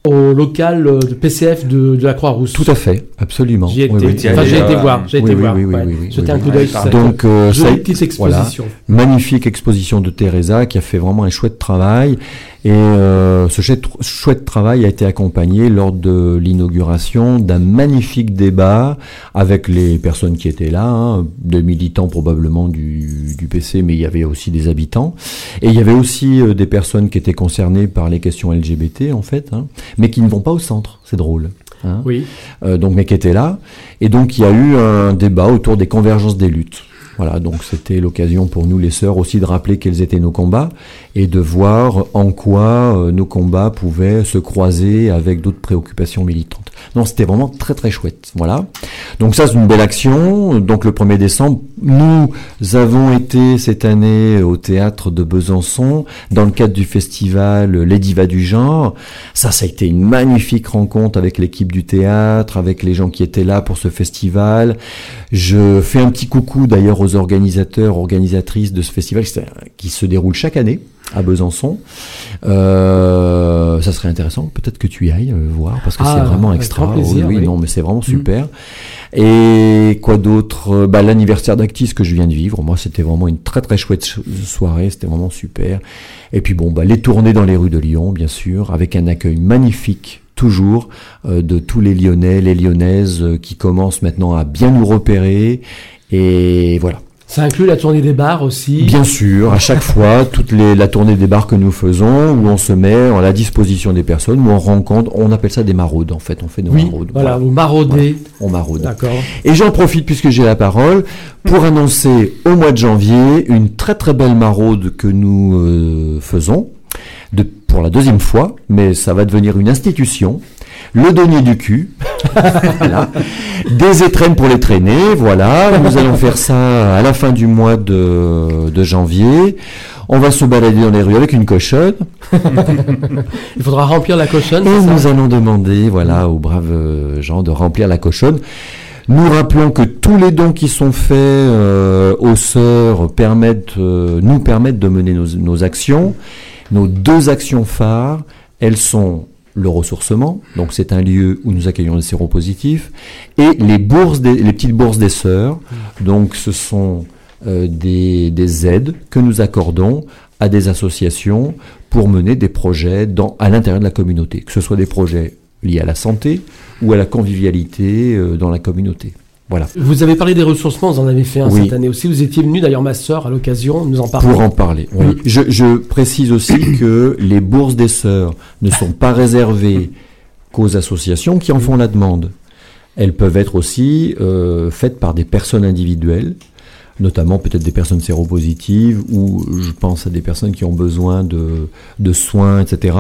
[SPEAKER 3] au local euh, de PCF de, de la Croix-Rousse
[SPEAKER 2] Tout à fait, absolument.
[SPEAKER 3] J'y ai été,
[SPEAKER 2] Oui, oui.
[SPEAKER 6] t'y
[SPEAKER 3] enfin,
[SPEAKER 6] allais,
[SPEAKER 3] j'y ai été
[SPEAKER 6] euh,
[SPEAKER 3] voir. J'ai
[SPEAKER 2] oui,
[SPEAKER 3] été
[SPEAKER 2] oui,
[SPEAKER 3] voir.
[SPEAKER 2] oui, oui,
[SPEAKER 3] ouais.
[SPEAKER 2] oui, oui,
[SPEAKER 3] Jeter un
[SPEAKER 2] oui.
[SPEAKER 3] coup d'œil sur
[SPEAKER 6] Ah,
[SPEAKER 3] cette
[SPEAKER 2] Donc, euh, ça-
[SPEAKER 3] jolie petite exposition.
[SPEAKER 2] Magnifique exposition de Teresa qui a fait vraiment un chouette travail. Et euh, ce chouette, chouette travail a été accompagné lors de l'inauguration d'un magnifique débat avec les personnes qui étaient là, hein, des militants probablement du, du PC, mais il y avait aussi des habitants. Et il y avait aussi euh, des personnes qui étaient concernées par les questions LGBT en fait, hein, mais qui ne vont pas au centre. C'est drôle. hein.
[SPEAKER 3] Oui.
[SPEAKER 2] Euh, donc, mais qui était là. Et donc, il y a eu un débat autour des convergences des luttes. Voilà, donc c'était l'occasion pour nous, les sœurs, aussi de rappeler quels étaient nos combats et de voir en quoi euh, nos combats pouvaient se croiser avec d'autres préoccupations militantes. Non, c'était vraiment très très chouette. Voilà. Donc ça, c'est une belle action. Donc le 1er décembre, nous avons été cette année au théâtre de Besançon dans le cadre du festival Les Divas du Genre. Ça, ça a été une magnifique rencontre avec l'équipe du théâtre, avec les gens qui étaient là pour ce festival. Je fais un petit coucou d'ailleurs aux organisateurs, organisatrices de ce festival c'est- qui se déroule chaque année à Besançon. Euh, ça serait intéressant, peut-être que tu y ailles euh, voir, parce que
[SPEAKER 3] Ah,
[SPEAKER 2] c'est vraiment
[SPEAKER 3] avec
[SPEAKER 2] extra.
[SPEAKER 3] grand plaisir,
[SPEAKER 2] oui, oui,
[SPEAKER 3] oui. Mhm.
[SPEAKER 2] non, mais c'est vraiment super. Et quoi d'autre Euh, bah, L'anniversaire d'Actis que je viens de vivre, moi c'était vraiment une très très chouette so- soirée, c'était vraiment super. Et puis bon, bah, les tournées dans les rues de Lyon, bien sûr, avec un accueil magnifique toujours euh, de tous les Lyonnais, les Lyonnaises euh, qui commencent maintenant à bien nous repérer. Et voilà.
[SPEAKER 3] Ça inclut la tournée des bars aussi.
[SPEAKER 2] Bien sûr, à chaque fois, toute les, la tournée des bars que nous faisons, où on se met à la disposition des personnes, où on rencontre, on appelle ça des maraudes en fait, on fait nos
[SPEAKER 3] Oui,
[SPEAKER 2] maraudes.
[SPEAKER 3] voilà, vous maraudez.
[SPEAKER 2] On maraude.
[SPEAKER 3] D'accord.
[SPEAKER 2] Et j'en profite puisque j'ai la parole pour annoncer au mois de janvier une très très belle maraude que nous euh, faisons de, pour la deuxième fois, mais ça va devenir une institution. Le denier du cul, <laughs> voilà. des étrennes pour les traîner, voilà. Nous allons faire ça à la fin du mois de, de janvier. On va se balader dans les rues avec une cochonne.
[SPEAKER 3] Il faudra remplir la cochonne.
[SPEAKER 2] Et
[SPEAKER 3] c'est ça
[SPEAKER 2] nous allons demander voilà, aux braves euh, gens de remplir la cochonne. Nous rappelons que tous les dons qui sont faits euh, aux sœurs permettent, euh, nous permettent de mener nos, nos actions. Nos deux actions phares, elles sont le ressourcement, donc c'est un lieu où nous accueillons les séropositifs, et les bourses, des- les petites bourses des sœurs.
[SPEAKER 3] Mmh.
[SPEAKER 2] Donc ce sont euh, des, des aides que nous accordons à des associations pour mener des projets dans, à l'intérieur de la communauté, que ce soit des projets liés à la santé ou à la convivialité euh, dans la communauté. Voilà.
[SPEAKER 3] Vous avez parlé des ressourcements, vous en avez fait un
[SPEAKER 2] Oui.
[SPEAKER 3] cette année aussi. Vous étiez venu d'ailleurs, ma sœur, à l'occasion, nous en parler. Mm.
[SPEAKER 2] Pour en parler. oui. Je, je précise
[SPEAKER 3] <coughs>
[SPEAKER 2] aussi que les bourses des sœurs ne sont pas réservées qu'aux associations qui en font la demande. Elles peuvent être aussi euh, faites par des personnes individuelles, notamment peut-être des personnes séropositives ou je pense à des personnes qui ont besoin de, de soins, etc.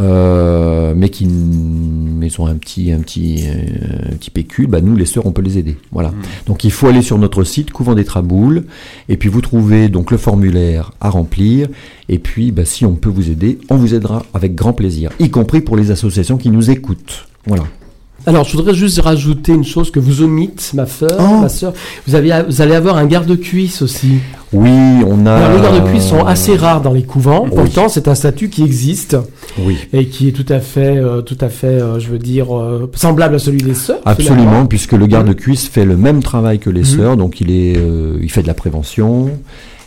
[SPEAKER 2] euh, mais qui n- mais sont un petit, un petit, euh, un petit pécule, bah nous, les sœurs, on peut les aider. Voilà.
[SPEAKER 3] Mmh.
[SPEAKER 2] Donc il faut aller sur notre site, Couvent des Traboules, et puis vous trouvez donc le formulaire à remplir, et puis bah, si on peut vous aider, on vous aidera avec grand plaisir, y compris pour les associations qui nous écoutent. Voilà.
[SPEAKER 3] Alors, je voudrais juste rajouter une chose que vous omittez, ma sœur.
[SPEAKER 2] Oh.
[SPEAKER 3] Ma sœur. Vous, avez, vous allez avoir un garde-cuisse aussi.
[SPEAKER 2] Oui, on a...
[SPEAKER 3] Alors, les garde-cuisses sont assez rares dans les couvents. Pourtant, c'est un statut qui existe
[SPEAKER 2] Oui.
[SPEAKER 3] et qui est tout à fait, euh, tout à fait, euh, je veux dire, euh, semblable à celui des sœurs.
[SPEAKER 2] Absolument,
[SPEAKER 3] finalement. Mhm.
[SPEAKER 2] puisque le garde-cuisse fait le même travail que les sœurs, donc il, est, euh, il fait de la prévention,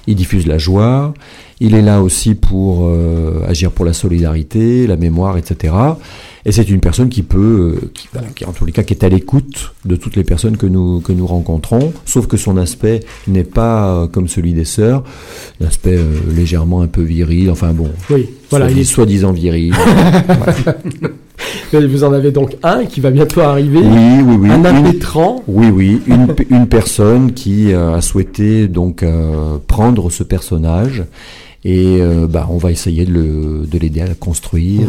[SPEAKER 2] il diffuse la joie, il est là aussi pour euh, agir pour la solidarité, la mémoire, etc. Et c'est une personne qui peut, euh, qui, voilà, qui, en tous les cas, qui est à l'écoute de toutes les personnes que nous, que nous rencontrons, sauf que son aspect n'est pas euh, comme celui des sœurs, un aspect euh, légèrement un peu viril, enfin bon,
[SPEAKER 3] Oui, voilà.
[SPEAKER 2] voilà,
[SPEAKER 3] il est-
[SPEAKER 2] soi-disant
[SPEAKER 3] <laughs>
[SPEAKER 2] viril.
[SPEAKER 3] Vous en avez donc un qui va bientôt arriver.
[SPEAKER 2] oui, oui, oui.
[SPEAKER 3] Un
[SPEAKER 2] Une-
[SPEAKER 3] impétrant.
[SPEAKER 2] Oui, oui, une, <laughs> pe- une personne qui euh, a souhaité donc euh, prendre ce personnage et euh, bah, on va essayer de le- de l'aider à le construire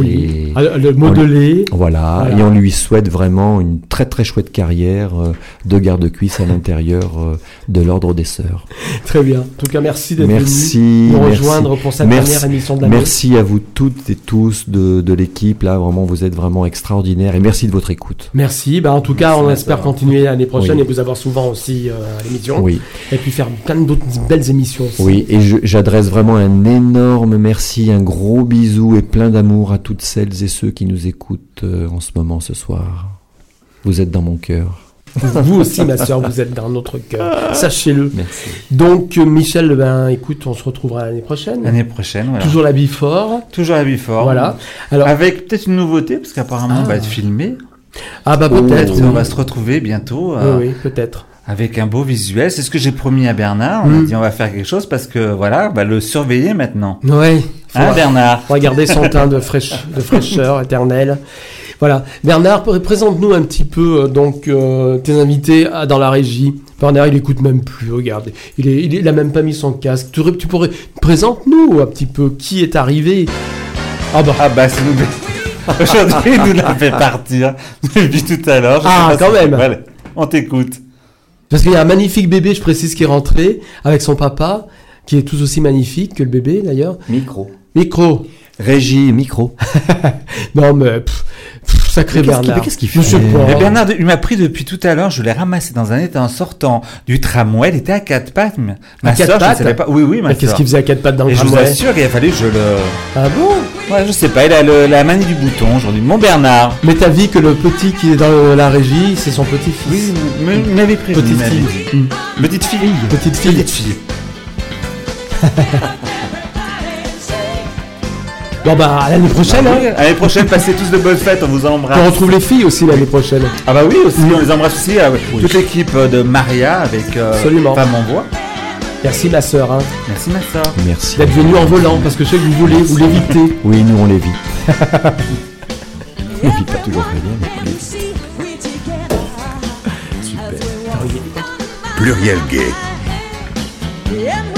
[SPEAKER 2] et
[SPEAKER 3] Oui. Ah, Le modelé.
[SPEAKER 2] Oh. voilà,
[SPEAKER 3] Voilà.
[SPEAKER 2] et on lui souhaite vraiment une très très chouette carrière euh, de garde-cuisse à l'intérieur euh, de l'ordre des sœurs.
[SPEAKER 3] Très bien. En tout cas, merci d'être venu
[SPEAKER 2] Merci,
[SPEAKER 3] nous
[SPEAKER 2] merci.
[SPEAKER 3] rejoindre pour cette
[SPEAKER 2] Merci.
[SPEAKER 3] dernière émission de l'année.
[SPEAKER 2] Merci à vous toutes et tous de, de l'équipe là, vraiment vous êtes vraiment extraordinaires et merci de votre écoute.
[SPEAKER 3] Merci. Bah, en tout cas,
[SPEAKER 6] Merci,
[SPEAKER 3] on
[SPEAKER 6] Nathan.
[SPEAKER 3] espère continuer l'année prochaine
[SPEAKER 2] Oui.
[SPEAKER 3] et vous avoir souvent aussi euh, à l'émission.
[SPEAKER 2] Oui.
[SPEAKER 3] Et puis faire plein d'autres belles émissions. aussi.
[SPEAKER 2] Oui, et je- j'adresse vraiment un énorme merci, un gros bisou et plein d'amour à toutes celles et ceux qui nous écoutent euh, en ce moment ce soir. Vous êtes dans mon cœur.
[SPEAKER 3] Vous aussi, ma soeur, vous êtes dans notre
[SPEAKER 6] Ah.
[SPEAKER 3] cœur. Sachez-le.
[SPEAKER 2] Merci.
[SPEAKER 3] Donc, euh, Michel, ben, écoute, on se retrouvera l'année prochaine.
[SPEAKER 6] L'année prochaine, voilà.
[SPEAKER 3] Toujours la Bifort.
[SPEAKER 6] Toujours à Bifort.
[SPEAKER 3] Voilà. Alors,
[SPEAKER 6] Avec peut-être une nouveauté, parce qu'apparemment on va être filmé.
[SPEAKER 3] ah bah peut-être.
[SPEAKER 6] Peut-être on
[SPEAKER 3] oui.
[SPEAKER 6] va se retrouver bientôt
[SPEAKER 3] Oui,
[SPEAKER 6] euh,
[SPEAKER 3] oui, peut-être.
[SPEAKER 6] avec un beau visuel. C'est ce que j'ai promis à Bernard.
[SPEAKER 3] Mm.
[SPEAKER 6] On a dit on va faire quelque chose parce que voilà, on va le surveiller maintenant.
[SPEAKER 3] Ouais.
[SPEAKER 6] Hein, Bernard
[SPEAKER 3] Regardez son teint de, fraîche, de fraîcheur éternelle. Voilà. Bernard, pr- présente-nous un petit peu euh, donc euh, tes invités ah, dans la régie. Bernard, il écoute même plus, regarde. Il, est, il, est- il a même pas mis son casque. Tu, aurais- tu pourrais. Présente-nous un petit peu qui est arrivé. Ah bah.
[SPEAKER 6] Ah bah c'est nous.
[SPEAKER 3] <laughs>
[SPEAKER 6] Aujourd'hui, il nous l'a fait partir depuis tout à l'heure. Je sais
[SPEAKER 3] Ah,
[SPEAKER 6] pas
[SPEAKER 3] quand
[SPEAKER 6] si-
[SPEAKER 3] même.
[SPEAKER 6] Voilà. on t'écoute.
[SPEAKER 3] Parce qu'il y a un magnifique bébé, je précise, qui est rentré avec son papa, qui est tout aussi magnifique que le bébé d'ailleurs.
[SPEAKER 2] Micro.
[SPEAKER 3] Micro.
[SPEAKER 2] Régie, micro.
[SPEAKER 3] Non mais. pff, pff,
[SPEAKER 2] Mais qu'est-ce
[SPEAKER 3] sacré
[SPEAKER 2] qu'il-
[SPEAKER 3] Bernard.
[SPEAKER 2] mais qu'est-ce qu'il fait
[SPEAKER 3] Je sais pas.
[SPEAKER 6] Mais Bernard, il m'a pris depuis tout à l'heure, je l'ai ramassé dans un état en sortant du tramway, il était à quatre pattes. mais- Ma
[SPEAKER 3] À quatre
[SPEAKER 6] soeur, je ne
[SPEAKER 3] pattes
[SPEAKER 6] savais pas. Oui, oui, ma
[SPEAKER 3] Mais qu'est-ce
[SPEAKER 6] sœur.
[SPEAKER 3] qu'il faisait à quatre pattes dans le
[SPEAKER 6] Et je vous
[SPEAKER 3] tramway
[SPEAKER 6] assure qu'il a fallu que je le.
[SPEAKER 3] Ah bon
[SPEAKER 6] Ouais, je sais pas, il a le- la manie du bouton aujourd'hui. Mon Bernard.
[SPEAKER 3] Mais t'as vu que le petit qui est dans la régie, c'est son petit-fils.
[SPEAKER 6] Oui, mais il m'avait pris.
[SPEAKER 3] Petite
[SPEAKER 6] il m'avait
[SPEAKER 3] fille.
[SPEAKER 6] dit. Mm. Petite fille.
[SPEAKER 3] Petite fille.
[SPEAKER 6] Petite fille.
[SPEAKER 3] <laughs> Bon bah à l'année prochaine,
[SPEAKER 6] Ah
[SPEAKER 3] hein.
[SPEAKER 6] oui, à l'année prochaine, passez tous de bonnes fêtes, on vous embrasse.
[SPEAKER 3] On retrouve les filles aussi l'année prochaine.
[SPEAKER 6] Ah bah oui, aussi, on les embrasse aussi. euh, Toute l'équipe de Maria avec euh,
[SPEAKER 3] Absolument.
[SPEAKER 6] Femme en voix.
[SPEAKER 3] Merci ma sœur, hein,
[SPEAKER 6] Merci ma soeur.
[SPEAKER 2] Merci.
[SPEAKER 3] d'être venue en volant, parce que je sais que vous voulez, vous l'évitez.
[SPEAKER 2] Oui, nous on les vit. on vit pas toujours très bien. mais-
[SPEAKER 1] Pluriel Gay.
[SPEAKER 7] Super.